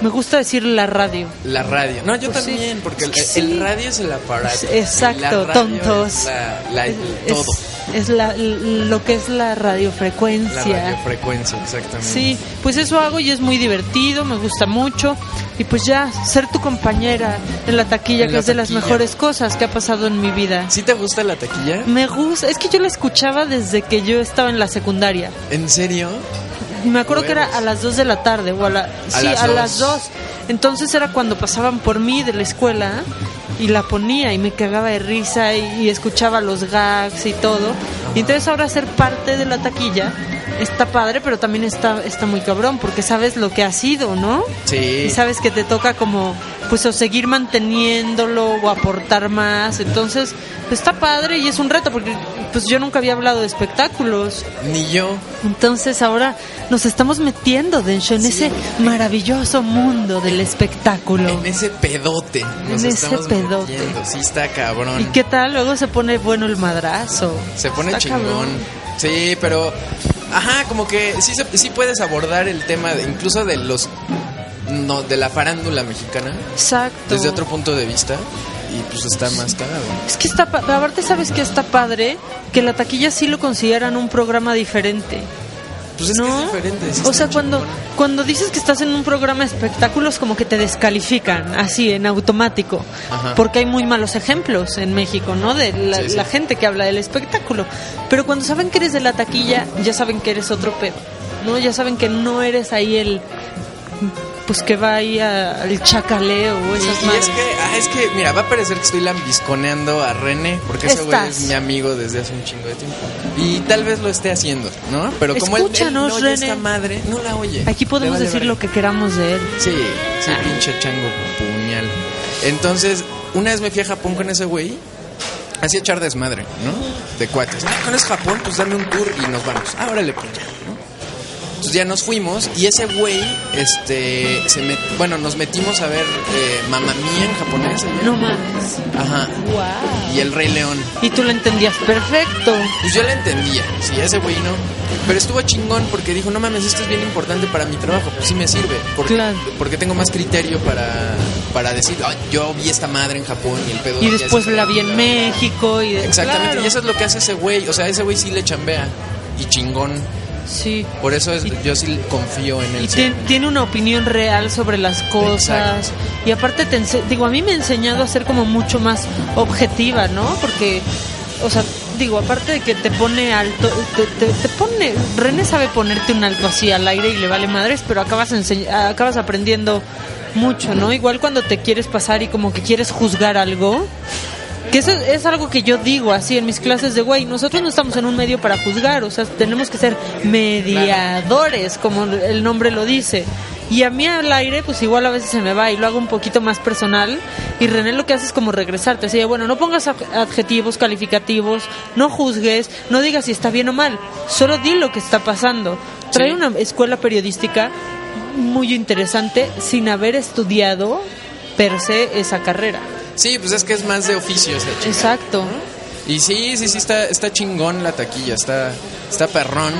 S2: Me gusta decir la radio.
S1: la radio. No, yo
S2: Pues sí.
S1: también, porque el,
S2: Es que
S1: el
S2: sí.
S1: radio es el aparato.
S2: Exacto,
S1: La radio
S2: tontos.
S1: es la- la-
S2: Es,
S1: todo.
S2: es la, lo que es la
S1: La
S2: radiofrecuencia.
S1: radiofrecuencia, exactamente.
S2: Sí, pues eso hago y es muy divertido, me gusta mucho. Y pues ya, ser tu compañera en la taquilla,
S1: En
S2: que
S1: la
S2: es de las
S1: taquilla.
S2: mejores cosas que ha pasado en mi vida.
S1: ¿Sí te gusta la taquilla?
S2: Me gusta, es que yo la escuchaba desde que yo estaba en la secundaria.
S1: ¿En serio?
S2: Y me acuerdo que era a las 2 de la tarde, o a, la- sí,
S1: las
S2: a
S1: dos.
S2: las 2. Entonces era cuando pasaban por mí de la escuela y la ponía y me cagaba de risa y, y escuchaba los gags y todo. Y entonces ahora ser parte de la taquilla está padre, pero también está, está muy cabrón porque sabes lo que ha sido, ¿no?
S1: Sí.
S2: Y sabes que te toca como, pues, o seguir manteniéndolo o aportar más. Entonces, pues, está padre y es un reto porque, pues, yo nunca había hablado de espectáculos.
S1: Ni yo.
S2: Entonces, ahora nos estamos metiendo, Densho, en
S1: Sí.
S2: ese maravilloso mundo del espectáculo.
S1: En ese pedote. Nos
S2: En ese
S1: estamos
S2: pedote.
S1: metiendo. Sí, está cabrón.
S2: ¿Y qué tal? Luego se pone bueno el madrazo.
S1: Se pone
S2: Está
S1: chingón.
S2: cabrón.
S1: Sí, pero. Ajá, como que sí, se- sí puedes abordar el tema, de- incluso de los. No, de la farándula mexicana.
S2: Exacto.
S1: Desde otro punto de vista. Y pues está más cagado.
S2: Es que está, pa- aparte sabes que está padre que la taquilla sí lo consideran un programa diferente.
S1: Pues es que
S2: ¿No?
S1: es diferente. sí
S2: o
S1: está
S2: sea, cuando, cuando dices que estás en un programa de espectáculos, como que te descalifican, así, en automático.
S1: Ajá.
S2: Porque hay muy malos ejemplos en México, ¿no? De la,
S1: Sí, sí.
S2: la gente que habla del espectáculo. Pero cuando saben que eres de la taquilla, ya saben que eres otro pedo, ¿no? Ya saben que no eres ahí el. Pues que va ahí a- al chacaleo o
S1: Y,
S2: esas
S1: y
S2: madres.
S1: es que, ah, es que, mira, va a parecer que estoy lambisconeando a René, porque ese güey es
S2: Estás.
S1: mi amigo desde hace un chingo de tiempo. Y tal vez lo esté haciendo, ¿no? Pero como él- él,
S2: Escúchanos,
S1: no oye
S2: René.
S1: esta madre, no la oye.
S2: Aquí podemos
S1: Le vale
S2: decir lo
S1: verga.
S2: que queramos de él.
S1: Sí, sí, pinche chango puñal. Entonces, una vez me fui a Japón con ese güey, así a echar desmadre, ¿no? De cuates. Ah, con ese Japón, pues dame un tour y nos vamos. Ah, órale, pues ya, ¿no? Entonces ya nos fuimos y ese güey, este, se met- bueno, nos metimos a ver eh, Mamma Mía en japonés. ¿eh?
S2: No mames.
S1: Ajá.
S2: Wow.
S1: Y el Rey León.
S2: Y tú lo entendías perfecto.
S1: Pues yo la entendía, sí, ese güey no. Pero estuvo chingón porque dijo, no mames, esto es bien importante para mi trabajo. Pues sí me sirve. Porque,
S2: Claro.
S1: porque tengo más criterio para, para decir, "Ay, yo vi esta madre en Japón y el pedo...
S2: Y
S1: allá es
S2: después la vi en
S1: diferente".
S2: México. Y de-
S1: Exactamente,
S2: Claro.
S1: y eso es lo que hace ese güey. O sea, ese güey sí le chambea. Y chingón.
S2: Sí.
S1: Por eso es- yo sí confío en él.
S2: Y
S1: sí.
S2: te- tiene una opinión real sobre las cosas.
S1: Exacto.
S2: Y aparte, te ense- digo, a mí me ha enseñado a ser como mucho más objetiva, ¿no? Porque, o sea, digo, aparte de que te pone alto, te, te- te pone, René sabe ponerte un alto así al aire y le vale madres, pero acabas, ense- acabas aprendiendo mucho, ¿no? Igual cuando te quieres pasar y como que quieres juzgar algo. Que eso es algo que yo digo así en mis clases de güey, nosotros no estamos en un medio para juzgar, o sea, tenemos que ser mediadores, como el nombre lo dice. Y a mí al aire, pues igual a veces se me va y lo hago un poquito más personal. Y René lo que hace es como regresarte, así de, bueno, no pongas ad- adjetivos, calificativos, no juzgues, no digas si está bien o mal, solo di lo que está pasando. Trae
S1: Sí.
S2: una escuela periodística muy interesante sin haber estudiado per se esa carrera.
S1: Sí, pues es que es más de oficio esa chica.
S2: Exacto.
S1: Y sí, sí, sí, está, está chingón la taquilla, está, está perrón.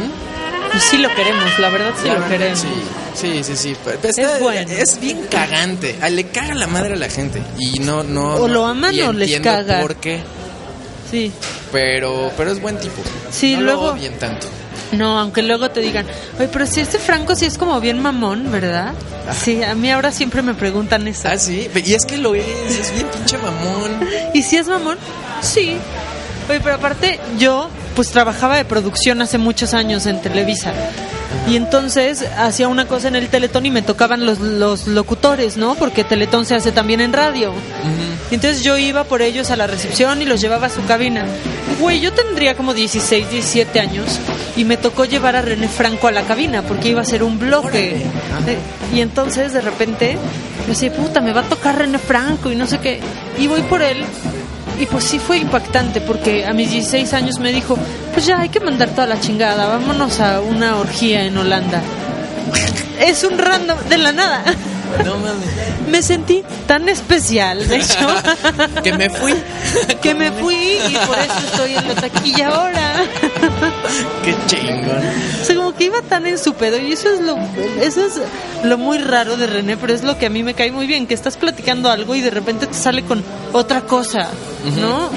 S2: Y sí lo queremos, la verdad sí
S1: La
S2: lo
S1: verdad,
S2: queremos.
S1: Sí, sí, sí. sí. Pero está-
S2: Es bueno.
S1: es bien cagante. Ah, Le caga la madre a la gente. Y no, no.
S2: O
S1: no-
S2: lo aman
S1: y
S2: o les
S1: entiendo
S2: caga.
S1: por qué.
S2: Sí.
S1: Pero, pero es buen tipo.
S2: Sí,
S1: no
S2: luego-
S1: Lo odien tanto.
S2: No, aunque luego te digan, oye, pero si este Franco sí es como bien mamón, ¿verdad? Sí, a mí ahora siempre me preguntan eso.
S1: Ah, sí. Y es que lo es. Es bien pinche mamón.
S2: ¿Y si es mamón? Sí. Oye, pero aparte yo pues trabajaba de producción hace muchos años en Televisa. Y entonces hacía una cosa en el Teletón y me tocaban los, los locutores, ¿no? Porque Teletón se hace también en radio. Y Entonces yo iba por ellos a la recepción y los llevaba a su cabina. Güey, yo tendría como 16, 17 años y me tocó llevar a René Franco a la cabina porque iba a ser un bloque. Eh, Y entonces de repente me decía, puta, me va a tocar René Franco y no sé qué. Y voy por él. Y pues sí fue impactante porque a mis 16 años me dijo, pues ya hay que mandar toda la chingada, vámonos a una orgía en Holanda. es un random de la nada.
S1: No mames.
S2: Me sentí tan especial, de hecho.
S1: Que me fui.
S2: que me fui y por eso estoy en la taquilla ahora.
S1: Qué chingón.
S2: O sea, como que iba tan en su pedo y eso es lo eso es lo muy raro de René, pero es lo que a mí me cae muy bien, que estás platicando algo y de repente te sale con otra cosa, ¿no?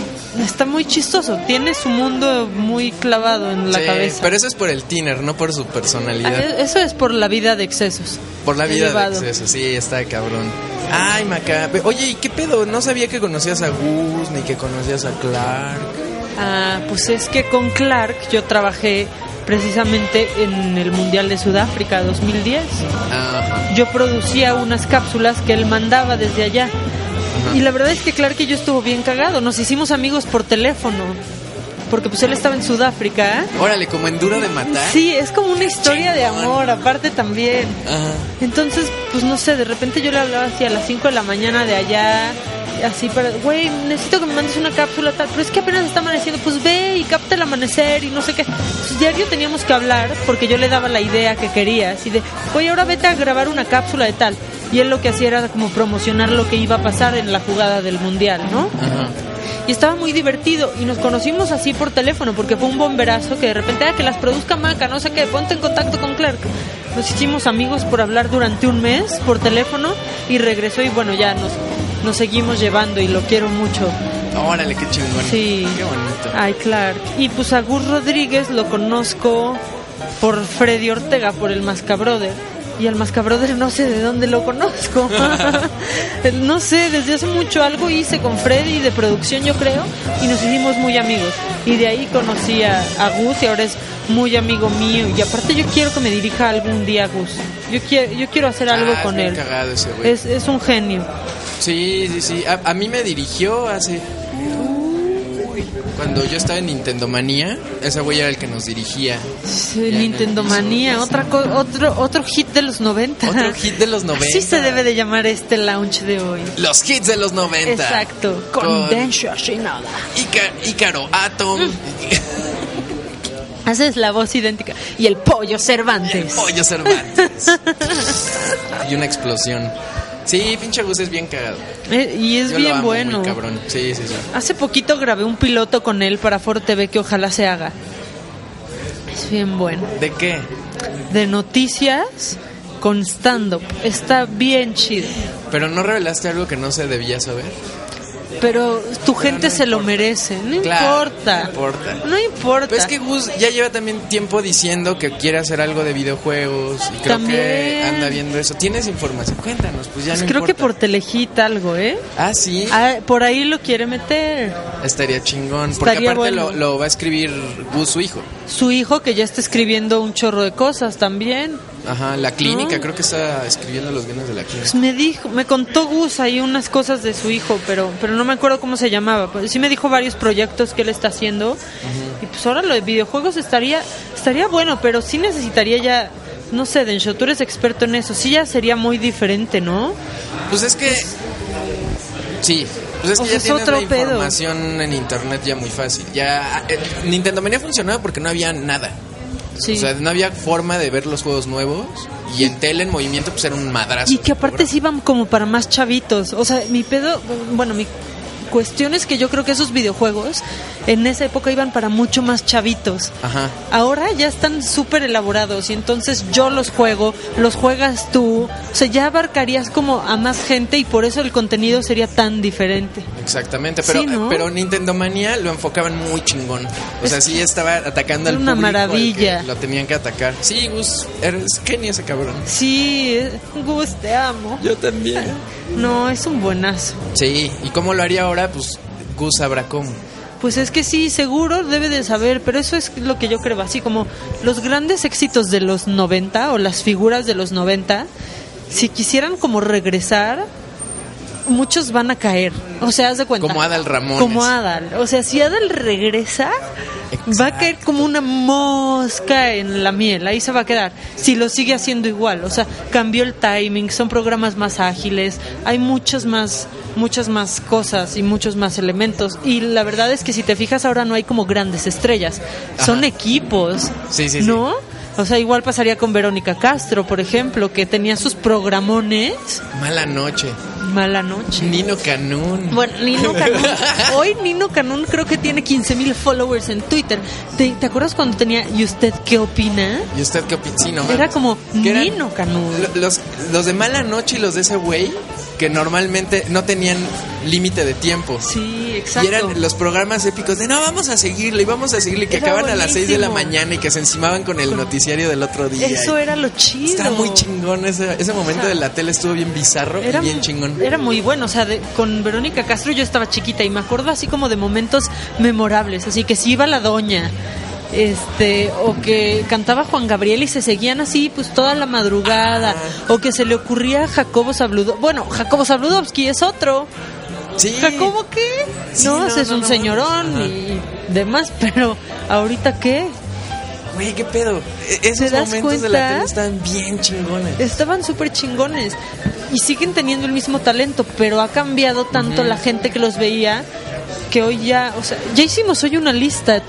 S2: Está muy chistoso, tiene su mundo muy clavado en la
S1: Sí,
S2: cabeza.
S1: Pero eso es por el tiner, no por su
S2: Ah,
S1: personalidad.
S2: e- Eso es por la vida de excesos.
S1: Por la vida
S2: Elevado.
S1: de exceso, sí, está cabrón. Ay, Maca. Pe- Oye, ¿y qué pedo? No sabía que conocías a Gus ni que conocías a Clark.
S2: Ah, pues es que con Clark yo trabajé precisamente en el Mundial de Sudáfrica 2010.
S1: Ajá.
S2: yo producía unas cápsulas que él mandaba desde allá. Y la verdad es que Clark y yo estuvo bien cagado. Nos hicimos amigos por teléfono. Porque pues él estaba en Sudáfrica. ¿eh?
S1: Órale, como en duro de matar.
S2: Sí, es como una historia de amor, aparte también.
S1: Ajá.
S2: Entonces, pues no sé, de repente yo le hablaba así a las 5 de la mañana de allá, así para, güey, necesito que me mandes una cápsula tal, pero es que apenas está amaneciendo, pues ve y capta el amanecer y no sé qué. Entonces, diario teníamos que hablar porque yo le daba la idea que quería, así de, oye, ahora vete a grabar una cápsula de tal. Y él lo que hacía era como promocionar lo que iba a pasar en la jugada del mundial, ¿no?
S1: Ajá.
S2: Y estaba muy divertido y nos conocimos así por teléfono porque fue un bomberazo que de repente, ah, que las produzca Maca, no sé qué, ponte en contacto con Clark. Nos hicimos amigos por hablar durante un mes por teléfono y regresó y bueno, ya nos, nos seguimos llevando y lo quiero mucho.
S1: Órale, qué chingón.
S2: Sí.
S1: Qué bonito.
S2: Ay, Clark. Y pues a Gus Rodríguez lo conozco por Freddy Ortega, por el Mascabroder. Y al Mascabroder no sé de dónde lo conozco. no sé, desde hace mucho algo hice con Freddy de producción, yo creo, y nos hicimos muy amigos. Y de ahí conocí a, a Gus y ahora es muy amigo mío. Y aparte yo quiero que me dirija algún día a Gus. Yo quiero, yo quiero hacer algo
S1: Ah, es
S2: con
S1: bien
S2: él.
S1: cagado ese güey.
S2: Es, es un genio.
S1: Sí, sí, sí. A, a mí me dirigió hace. Cuando yo estaba en Nintendo Manía, ese güey era el que nos dirigía.
S2: Sí,
S1: Ya en el
S2: Nintendo Manía,
S1: piso,
S2: otra co- otro, otro hit de los 90.
S1: Otro hit de los 90.
S2: Así se debe de llamar este launch de hoy.
S1: Los hits de los 90.
S2: Exacto. Con,
S1: Con-
S2: Densho Shinoda.
S1: Ica- Ícaro Atom.
S2: Haces la voz idéntica. Y el pollo Cervantes.
S1: Pollo Cervantes. y una explosión. Sí, pinche Gus es bien cagado.
S2: Eh, y es
S1: Yo lo
S2: bien
S1: amo,
S2: bueno.
S1: muy cabrón. Sí, sí, sí.
S2: Hace poquito grabé un piloto con él para Ford TV que ojalá se haga. Es bien bueno.
S1: ¿De qué?
S2: De noticias con stand-up. Está bien chido.
S1: Pero no revelaste algo que no se debía saber.
S2: Pero tu gente
S1: no
S2: se lo
S1: importa.
S2: merece. No
S1: Claro,
S2: importa.
S1: no importa.
S2: No importa.
S1: Pues es que Gus ya lleva también tiempo diciendo que quiere hacer algo de videojuegos y creo que
S2: También.
S1: anda viendo eso. ¿Tienes información? Cuéntanos, pues ya
S2: Pues
S1: no
S2: creo que por
S1: importa.
S2: Telehit algo, ¿eh?
S1: Ah, sí,
S2: Ah, por ahí lo quiere meter.
S1: estaría chingón. Porque
S2: Estaría
S1: aparte
S2: bueno.
S1: lo, lo va a escribir Gus, su hijo.
S2: Su hijo que ya está escribiendo un chorro de cosas también.
S1: Ajá, la clínica,
S2: No.
S1: creo que está escribiendo los guiones de la clínica.
S2: Pues me dijo, me contó Gus ahí unas cosas de su hijo, pero pero no me acuerdo cómo se llamaba. Pues sí me dijo varios proyectos que él está haciendo. Y pues ahora lo de videojuegos estaría estaría bueno, pero sí necesitaría ya no sé, Densho, tú eres experto en eso. Sí ya sería muy diferente, ¿no?
S1: Pues es que. Sí. Pues es que
S2: O sea,
S1: ya
S2: es
S1: tienes
S2: otro
S1: la
S2: pedo.
S1: información en internet ya muy fácil. Ya. eh, Nintendo Manía funcionaba porque no había nada.
S2: Sí.
S1: O sea, no había forma de ver los juegos nuevos. Y en tele, en movimiento, pues era un madrazo.
S2: Y que aparte sí iban como para más chavitos. O sea, mi pedo, bueno, mi cuestiones que yo creo que esos videojuegos en esa época iban para mucho más chavitos.
S1: Ajá.
S2: Ahora ya están súper elaborados y entonces yo los juego, los juegas tú, o sea, ya abarcarías como a más gente y por eso el contenido sería tan diferente.
S1: Exactamente, pero,
S2: Sí, ¿no?
S1: pero Nintendo Manía lo enfocaban muy chingón. O sea, sí estaba atacando al
S2: Era una
S1: público al que
S2: maravilla.
S1: Lo tenían que atacar. Sí, Gus, eres genio ese cabrón.
S2: Sí, eh, Gus, te amo.
S1: Yo también.
S2: No, es un buenazo.
S1: Sí, ¿y cómo lo haría ahora? Pues Gus sabrá cómo.
S2: Pues es que sí, seguro debe de saber, pero eso es lo que yo creo, así como los grandes éxitos de los 90 o las figuras de los 90, si quisieran como regresar, muchos van a caer. O sea, haz de cuenta.
S1: Como Adal Ramones.
S2: Como Adal. O sea, si Adal regresa, va a caer como una mosca en la miel, ahí se va a quedar. Si lo sigue haciendo igual, o sea, cambió el timing, son programas más ágiles, hay muchas más, muchas más cosas y muchos más elementos. Y la verdad es que si te fijas ahora no hay como grandes estrellas, son
S1: Ajá.
S2: equipos,
S1: Sí, sí, sí.
S2: ¿no? O sea, igual pasaría con Verónica Castro, por ejemplo, que tenía sus programones.
S1: Mala noche.
S2: Mala noche.
S1: Nino Canún.
S2: Bueno, Nino Canún. Hoy Nino Canún creo que tiene 15 mil followers en Twitter. ¿Te, te acuerdas cuando tenía ¿Y usted qué opina?
S1: ¿Y usted qué opina? Sí, no mames.
S2: Era como
S1: Que eran
S2: Nino Canún.
S1: lo- Los, los de Mala Noche y los de ese güey, que normalmente no tenían límite de tiempo.
S2: Sí, exacto.
S1: Y eran los programas épicos de no, vamos a seguirle y vamos a seguirle, que
S2: Era
S1: acaban a las 6 de la
S2: buenísimo.
S1: mañana y que se encimaban con el noticiario del otro día.
S2: Eso
S1: Y
S2: era lo chido.
S1: Está muy chingón ese, ese momento de la tele, estuvo bien bizarro y bien chingón.
S2: Era muy bueno, o sea, de- con Verónica Castro yo estaba chiquita y me acuerdo así como de momentos memorables, así que si iba la doña, este, o que cantaba Juan Gabriel y se seguían así pues toda la madrugada, o que se le ocurría a Jacobo Sabludovsky, bueno, Jacobo Sabludovsky es otro,
S1: Sí.
S2: ¿Jacobo qué?
S1: Sí,
S2: no,
S1: no,
S2: ese es
S1: no,
S2: un
S1: no.
S2: señorón
S1: Ajá.
S2: y demás, pero ahorita qué?
S1: Güey, qué pedo. E-
S2: ¿Te
S1: Esos
S2: das
S1: momentos de la
S2: cuenta? Eh,
S1: tele están bien chingones.
S2: Estaban súper chingones y siguen teniendo el mismo talento, pero ha cambiado tanto la gente que los veía que hoy ya, o sea, ya hicimos hoy una lista.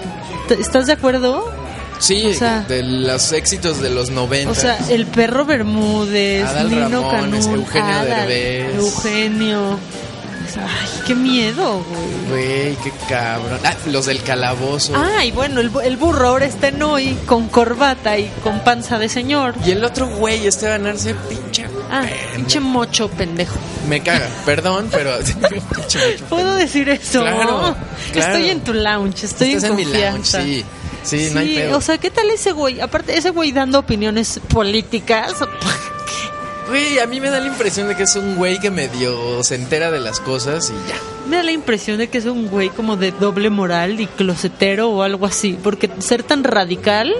S2: ¿T- ¿Estás de acuerdo?
S1: Sí,
S2: o sea-
S1: de los éxitos de los 90.
S2: O sea, el perro Bermúdez,
S1: Adal
S2: Nino
S1: Ramones,
S2: Canún,
S1: Eugenio
S2: Adal,
S1: Derbez.
S2: Eugenio. O sea, Ay, qué miedo, güey.
S1: Güey, qué cabrón. Ah, los del calabozo.
S2: Ah, y bueno, el, bu- el burro ahora está en hoy con corbata y con panza de señor.
S1: Y el otro güey, este ganarse pinche.
S2: Ah,
S1: pendejo.
S2: pinche mocho pendejo.
S1: Me caga, perdón, pero. pinche mocho.
S2: ¿Puedo decir eso?
S1: Claro, claro.
S2: Estoy en tu lounge, estoy
S1: Estás
S2: en
S1: en mi lounge,
S2: confianza.
S1: sí. Sí, no hay pedo.
S2: o sea, ¿qué tal ese güey? Aparte, ese güey dando opiniones políticas.
S1: Güey, a mí me da la impresión de que es un güey que medio se entera de las cosas y ya.
S2: Me da la impresión de que es un güey como de doble moral y closetero o algo así, porque ser tan radical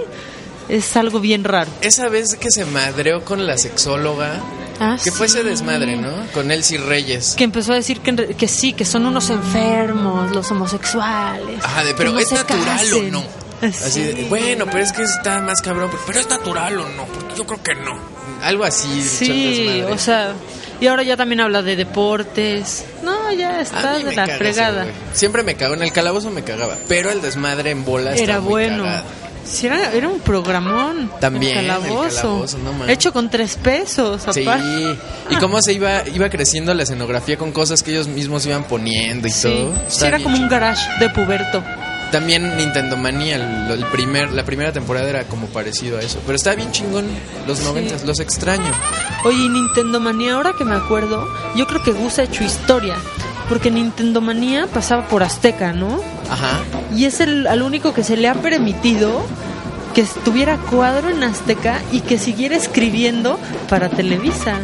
S2: es algo bien raro.
S1: Esa vez que se madreó con la sexóloga,
S2: Ah,
S1: que fue
S2: sí.
S1: ese desmadre, ¿no? Con Elsie Reyes.
S2: que empezó a decir que, en re- que sí, que son unos enfermos los homosexuales.
S1: Ajá, de, pero
S2: que no
S1: ¿es
S2: se
S1: natural
S2: casen. Ah,
S1: o no? Así de,
S2: Sí.
S1: bueno, pero es que está más cabrón. pero- Pero es natural o no, porque yo creo que no. Algo así. echó el
S2: Sí,
S1: desmadre.
S2: o sea, y ahora ya también habla de deportes. No, ya
S1: A
S2: está
S1: mí
S2: de
S1: me
S2: la
S1: caga ese
S2: fregada.
S1: güey. Siempre me cagó, en el calabozo me cagaba. Pero el desmadre en bola está
S2: Era
S1: muy
S2: bueno.
S1: cagado.
S2: Sí, era, era un programón. el
S1: También, el
S2: calabozo.
S1: calabozo, no mames.
S2: Hecho con tres pesos,
S1: Sí,
S2: aparte.
S1: y cómo se iba iba creciendo la escenografía con cosas que ellos mismos iban poniendo y
S2: Sí,
S1: todo.
S2: sí, era como un garage de puberto.
S1: un... También Nintendo Manía, el, el primer, la primera temporada era como parecido a eso. Pero está bien chingón los noventas, los extraño.
S2: Oye, y Nintendo Manía, ahora que me acuerdo, yo creo que Gus ha hecho historia. Porque Nintendo Manía pasaba por Azteca, ¿no?
S1: Ajá.
S2: y es el al único que se le ha permitido que estuviera a cuadro en Azteca y que siguiera escribiendo para Televisa.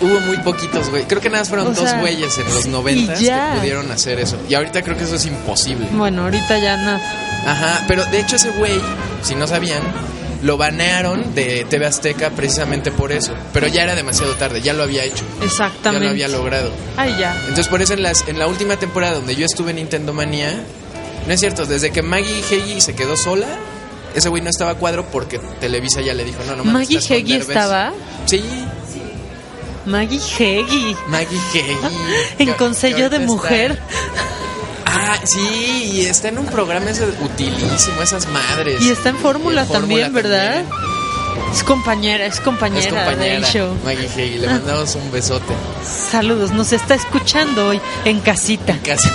S1: Hubo muy poquitos, güey. Creo que nada más fueron
S2: O
S1: dos
S2: sea,
S1: güeyes en los
S2: y
S1: noventas que
S2: ya.
S1: pudieron hacer eso. Y ahorita creo que eso es imposible.
S2: Bueno, ahorita ya nada.
S1: Ajá, pero de hecho ese güey, si no sabían, lo banearon de TV Azteca precisamente por eso. Pero ya era demasiado tarde, ya lo había hecho. Ya
S2: Exactamente.
S1: lo había logrado.
S2: Ay, ya.
S1: Entonces por eso en, las, en la última temporada donde yo estuve en Nintendo Manía, no es cierto, desde que Maggie Heggie se quedó sola, ese güey no estaba a cuadro porque Televisa ya le dijo, no, no mames,
S2: Maggie
S1: estás con
S2: Heggie
S1: Derbez".
S2: estaba.
S1: Sí,
S2: Maggie Heggie.
S1: Maggie Heggie.
S2: En
S1: que- que
S2: Consejo
S1: ahorita
S2: de
S1: está-
S2: Mujer.
S1: Ah, sí, y está en un programa ese utilísimo, esas madres.
S2: Y está en Fórmula
S1: Y en
S2: también, ¿verdad?
S1: también.
S2: Es compañera, es compañera,
S1: es compañera
S2: del show.
S1: Maggie Hegel. Le mandamos un besote.
S2: Saludos, nos está escuchando hoy en casita.
S1: Casi.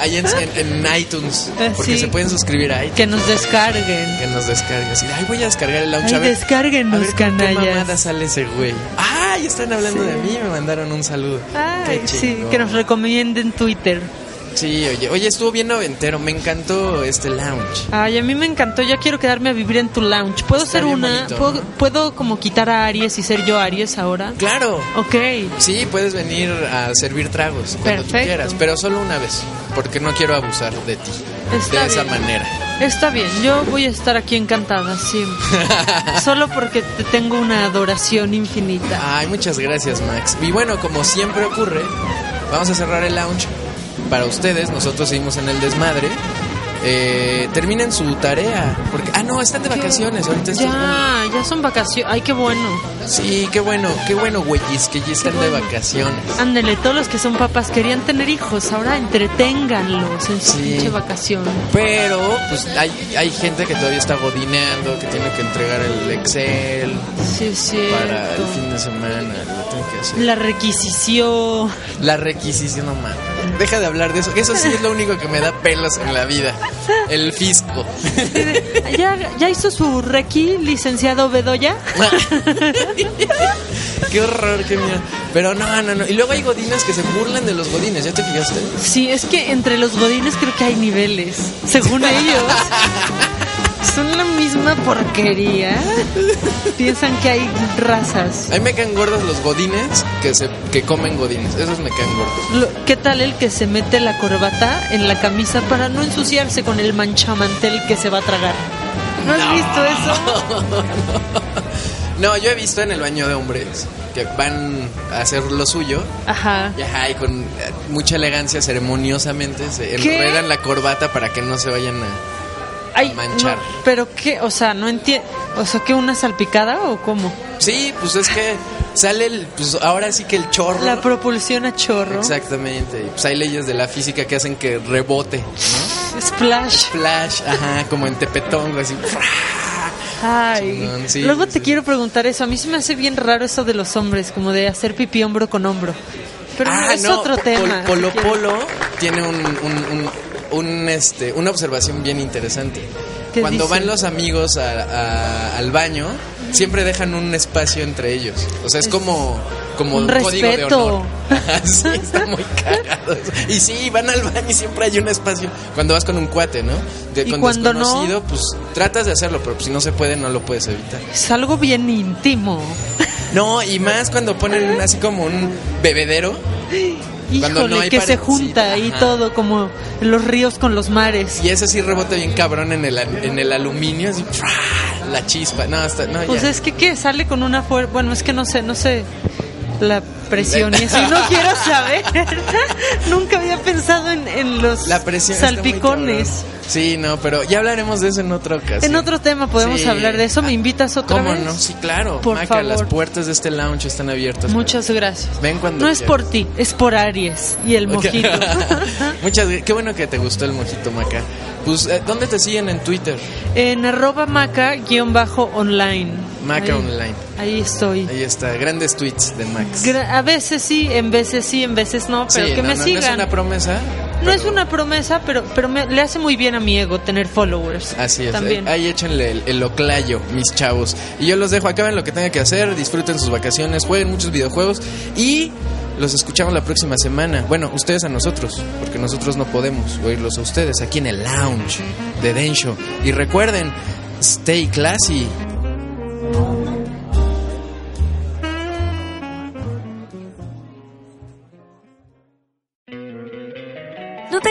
S1: Ahí en, en- en iTunes.
S2: Ah,
S1: Porque
S2: sí.
S1: se pueden suscribir a iTunes.
S2: Que nos descarguen.
S1: Que nos descargue. Así, ay, voy a descargar el launch.
S2: Ay,
S1: a ver,
S2: descárguenos,
S1: a ver con ¿Qué
S2: canallas.
S1: mamada sale ese güey? ¡Ay! Están hablando
S2: Sí.
S1: de mí. Me mandaron un saludo.
S2: Ay,
S1: Qué
S2: sí,
S1: chingón.
S2: que nos recomienden Twitter.
S1: Sí, oye, oye, estuvo bien noventero. Me encantó este lounge.
S2: Ay, a mí me encantó, ya quiero quedarme a vivir en tu lounge. ¿Puedo
S1: Está
S2: ser
S1: bien
S2: una?
S1: bonito,
S2: ¿Puedo,
S1: ¿no?
S2: puedo como quitar a Aries y ser yo Aries ahora?
S1: Claro.
S2: Ok.
S1: Sí, puedes venir a servir tragos cuando
S2: Perfecto.
S1: tú quieras, pero solo una vez, porque no quiero abusar de ti
S2: Está
S1: de esa
S2: bien.
S1: manera.
S2: Está bien, yo voy a estar aquí encantada siempre. Solo porque te tengo una adoración infinita.
S1: Ay, muchas gracias, Max. Y bueno, como siempre ocurre, vamos a cerrar el lounge para ustedes. Nosotros seguimos en el desmadre. Eh, terminen su tarea, porque ah no, están de vacaciones ahorita. estos güeyes.
S2: Ya, ya son vacaciones. Ay, qué bueno.
S1: Sí, qué bueno, qué bueno, güeyes, que ya están de vacaciones.
S2: Ándele, todos los que son papás querían tener hijos, ahora entreténganlos en su
S1: Sí.
S2: pinche vacación.
S1: Pero pues hay, hay gente que todavía está godineando, que tiene que entregar el Excel,
S2: Sí, es cierto.
S1: para el fin de semana. Lo tengo que hacer.
S2: La requisición.
S1: La requisición, no mames. Deja de hablar de eso. Eso sí es lo único que me da pelos en la vida. El fisco.
S2: ¿Ya, ya hizo su requi, licenciado Bedoya?
S1: qué horror, qué miedo. Pero no, no, no. Y luego hay godines que se burlan de los godines. ¿Ya te fijaste?
S2: Sí, es que entre los godines creo que hay niveles. Según ellos, son la misma porquería. Piensan que hay razas.
S1: A mí me caen gordos los godines que, se, que comen godines. Esos me caen gordos.
S2: Lo- ¿Qué tal el que se mete la corbata en la camisa para no ensuciarse con el manchamantel que se va a tragar? ¿No has visto eso?
S1: No, yo he visto en el baño de hombres que van a hacer lo suyo
S2: Ajá.
S1: Y ajá, y con eh, mucha elegancia, ceremoniosamente, se
S2: ¿Qué?
S1: enredan la corbata para que no se vayan a...
S2: Ay,
S1: Manchar.
S2: no, pero qué, o sea, no entiendo. O sea, ¿qué una salpicada o cómo?
S1: Sí, pues es que sale el... Pues ahora sí que el chorro.
S2: La propulsión a chorro.
S1: Exactamente. y Pues hay leyes de la física que hacen que rebote.
S2: Splash.
S1: Flash, ajá, como en Tepetongo, así.
S2: Ay.
S1: Chingón, sí,
S2: Luego
S1: sí,
S2: te
S1: sí.
S2: quiero preguntar eso. A mí se me hace bien raro eso de los hombres, como de hacer pipí hombro con hombro. Pero
S1: Ah,
S2: no, es otro
S1: Pol-
S2: tema.
S1: Polo Polo tiene un, un- un- un, este, una observación bien interesante.
S2: ¿Qué
S1: Cuando
S2: dice?
S1: van los amigos a- a- al baño, siempre dejan un espacio entre ellos. O sea, es como, como
S2: Un
S1: un, código de
S2: respeto.
S1: honor. sí, está muy cagado. Y sí, van al baño y siempre hay un espacio. Cuando vas con un cuate, ¿no? De-
S2: Y
S1: con
S2: cuando no-
S1: desconocido, pues tratas de hacerlo, pero pues, si no se puede, no lo puedes evitar.
S2: Es algo bien íntimo.
S1: No, y más cuando ponen un- así como un bebedero. Cuando
S2: Híjole,
S1: no hay
S2: que se
S1: pared-
S2: junta
S1: sí,
S2: ahí
S1: ajá.
S2: todo, como los ríos con los mares.
S1: Y ese sí rebota bien cabrón en el, en el aluminio, así, ¡fra! la chispa. No, hasta, no,
S2: Pues
S1: ya.
S2: es que ¿qué? sale con una fuerza. Bueno, es que no sé, no sé la presión y eso. No quiero saber. Nunca había pensado en, en los
S1: La presión. está muy
S2: salpicones.
S1: cabrón. Sí, no, pero ya hablaremos de eso en otra ocasión.
S2: En otro tema podemos
S1: Sí. Ah,
S2: hablar de eso. ¿Me invitas otra
S1: ¿Cómo
S2: vez?
S1: no? Sí, claro.
S2: Por
S1: Maca, las
S2: favor.
S1: puertas de este lounge están abiertas.
S2: Muchas gracias.
S1: Ven cuando
S2: no es
S1: quieras.
S2: por ti, es por Aries y el
S1: Ok.
S2: mojito.
S1: Muchas gra- Qué bueno que te gustó el mojito, Maca. Pues, eh, ¿dónde te siguen en Twitter?
S2: en arroba maca guión bajo online.
S1: Maca
S2: Ahí-
S1: Online.
S2: Ahí estoy.
S1: Ahí está. Grandes tweets de Max.
S2: Gra- a veces sí, en veces sí, en veces no, pero
S1: Sí,
S2: que
S1: no,
S2: me
S1: no,
S2: sigan.
S1: No es una promesa.
S2: No es una promesa, pero, pero me- le hace muy bien a mi ego tener followers.
S1: Así es, eh.
S2: También.
S1: ahí échenle el, el oclayo, mis chavos. Y yo los dejo, acaben lo que tengan que hacer, disfruten sus vacaciones, jueguen muchos videojuegos y los escuchamos la próxima semana. Bueno, ustedes a nosotros, porque nosotros no podemos oírlos a ustedes aquí en el lounge de Densho. Y recuerden, stay classy.
S3: ¿No te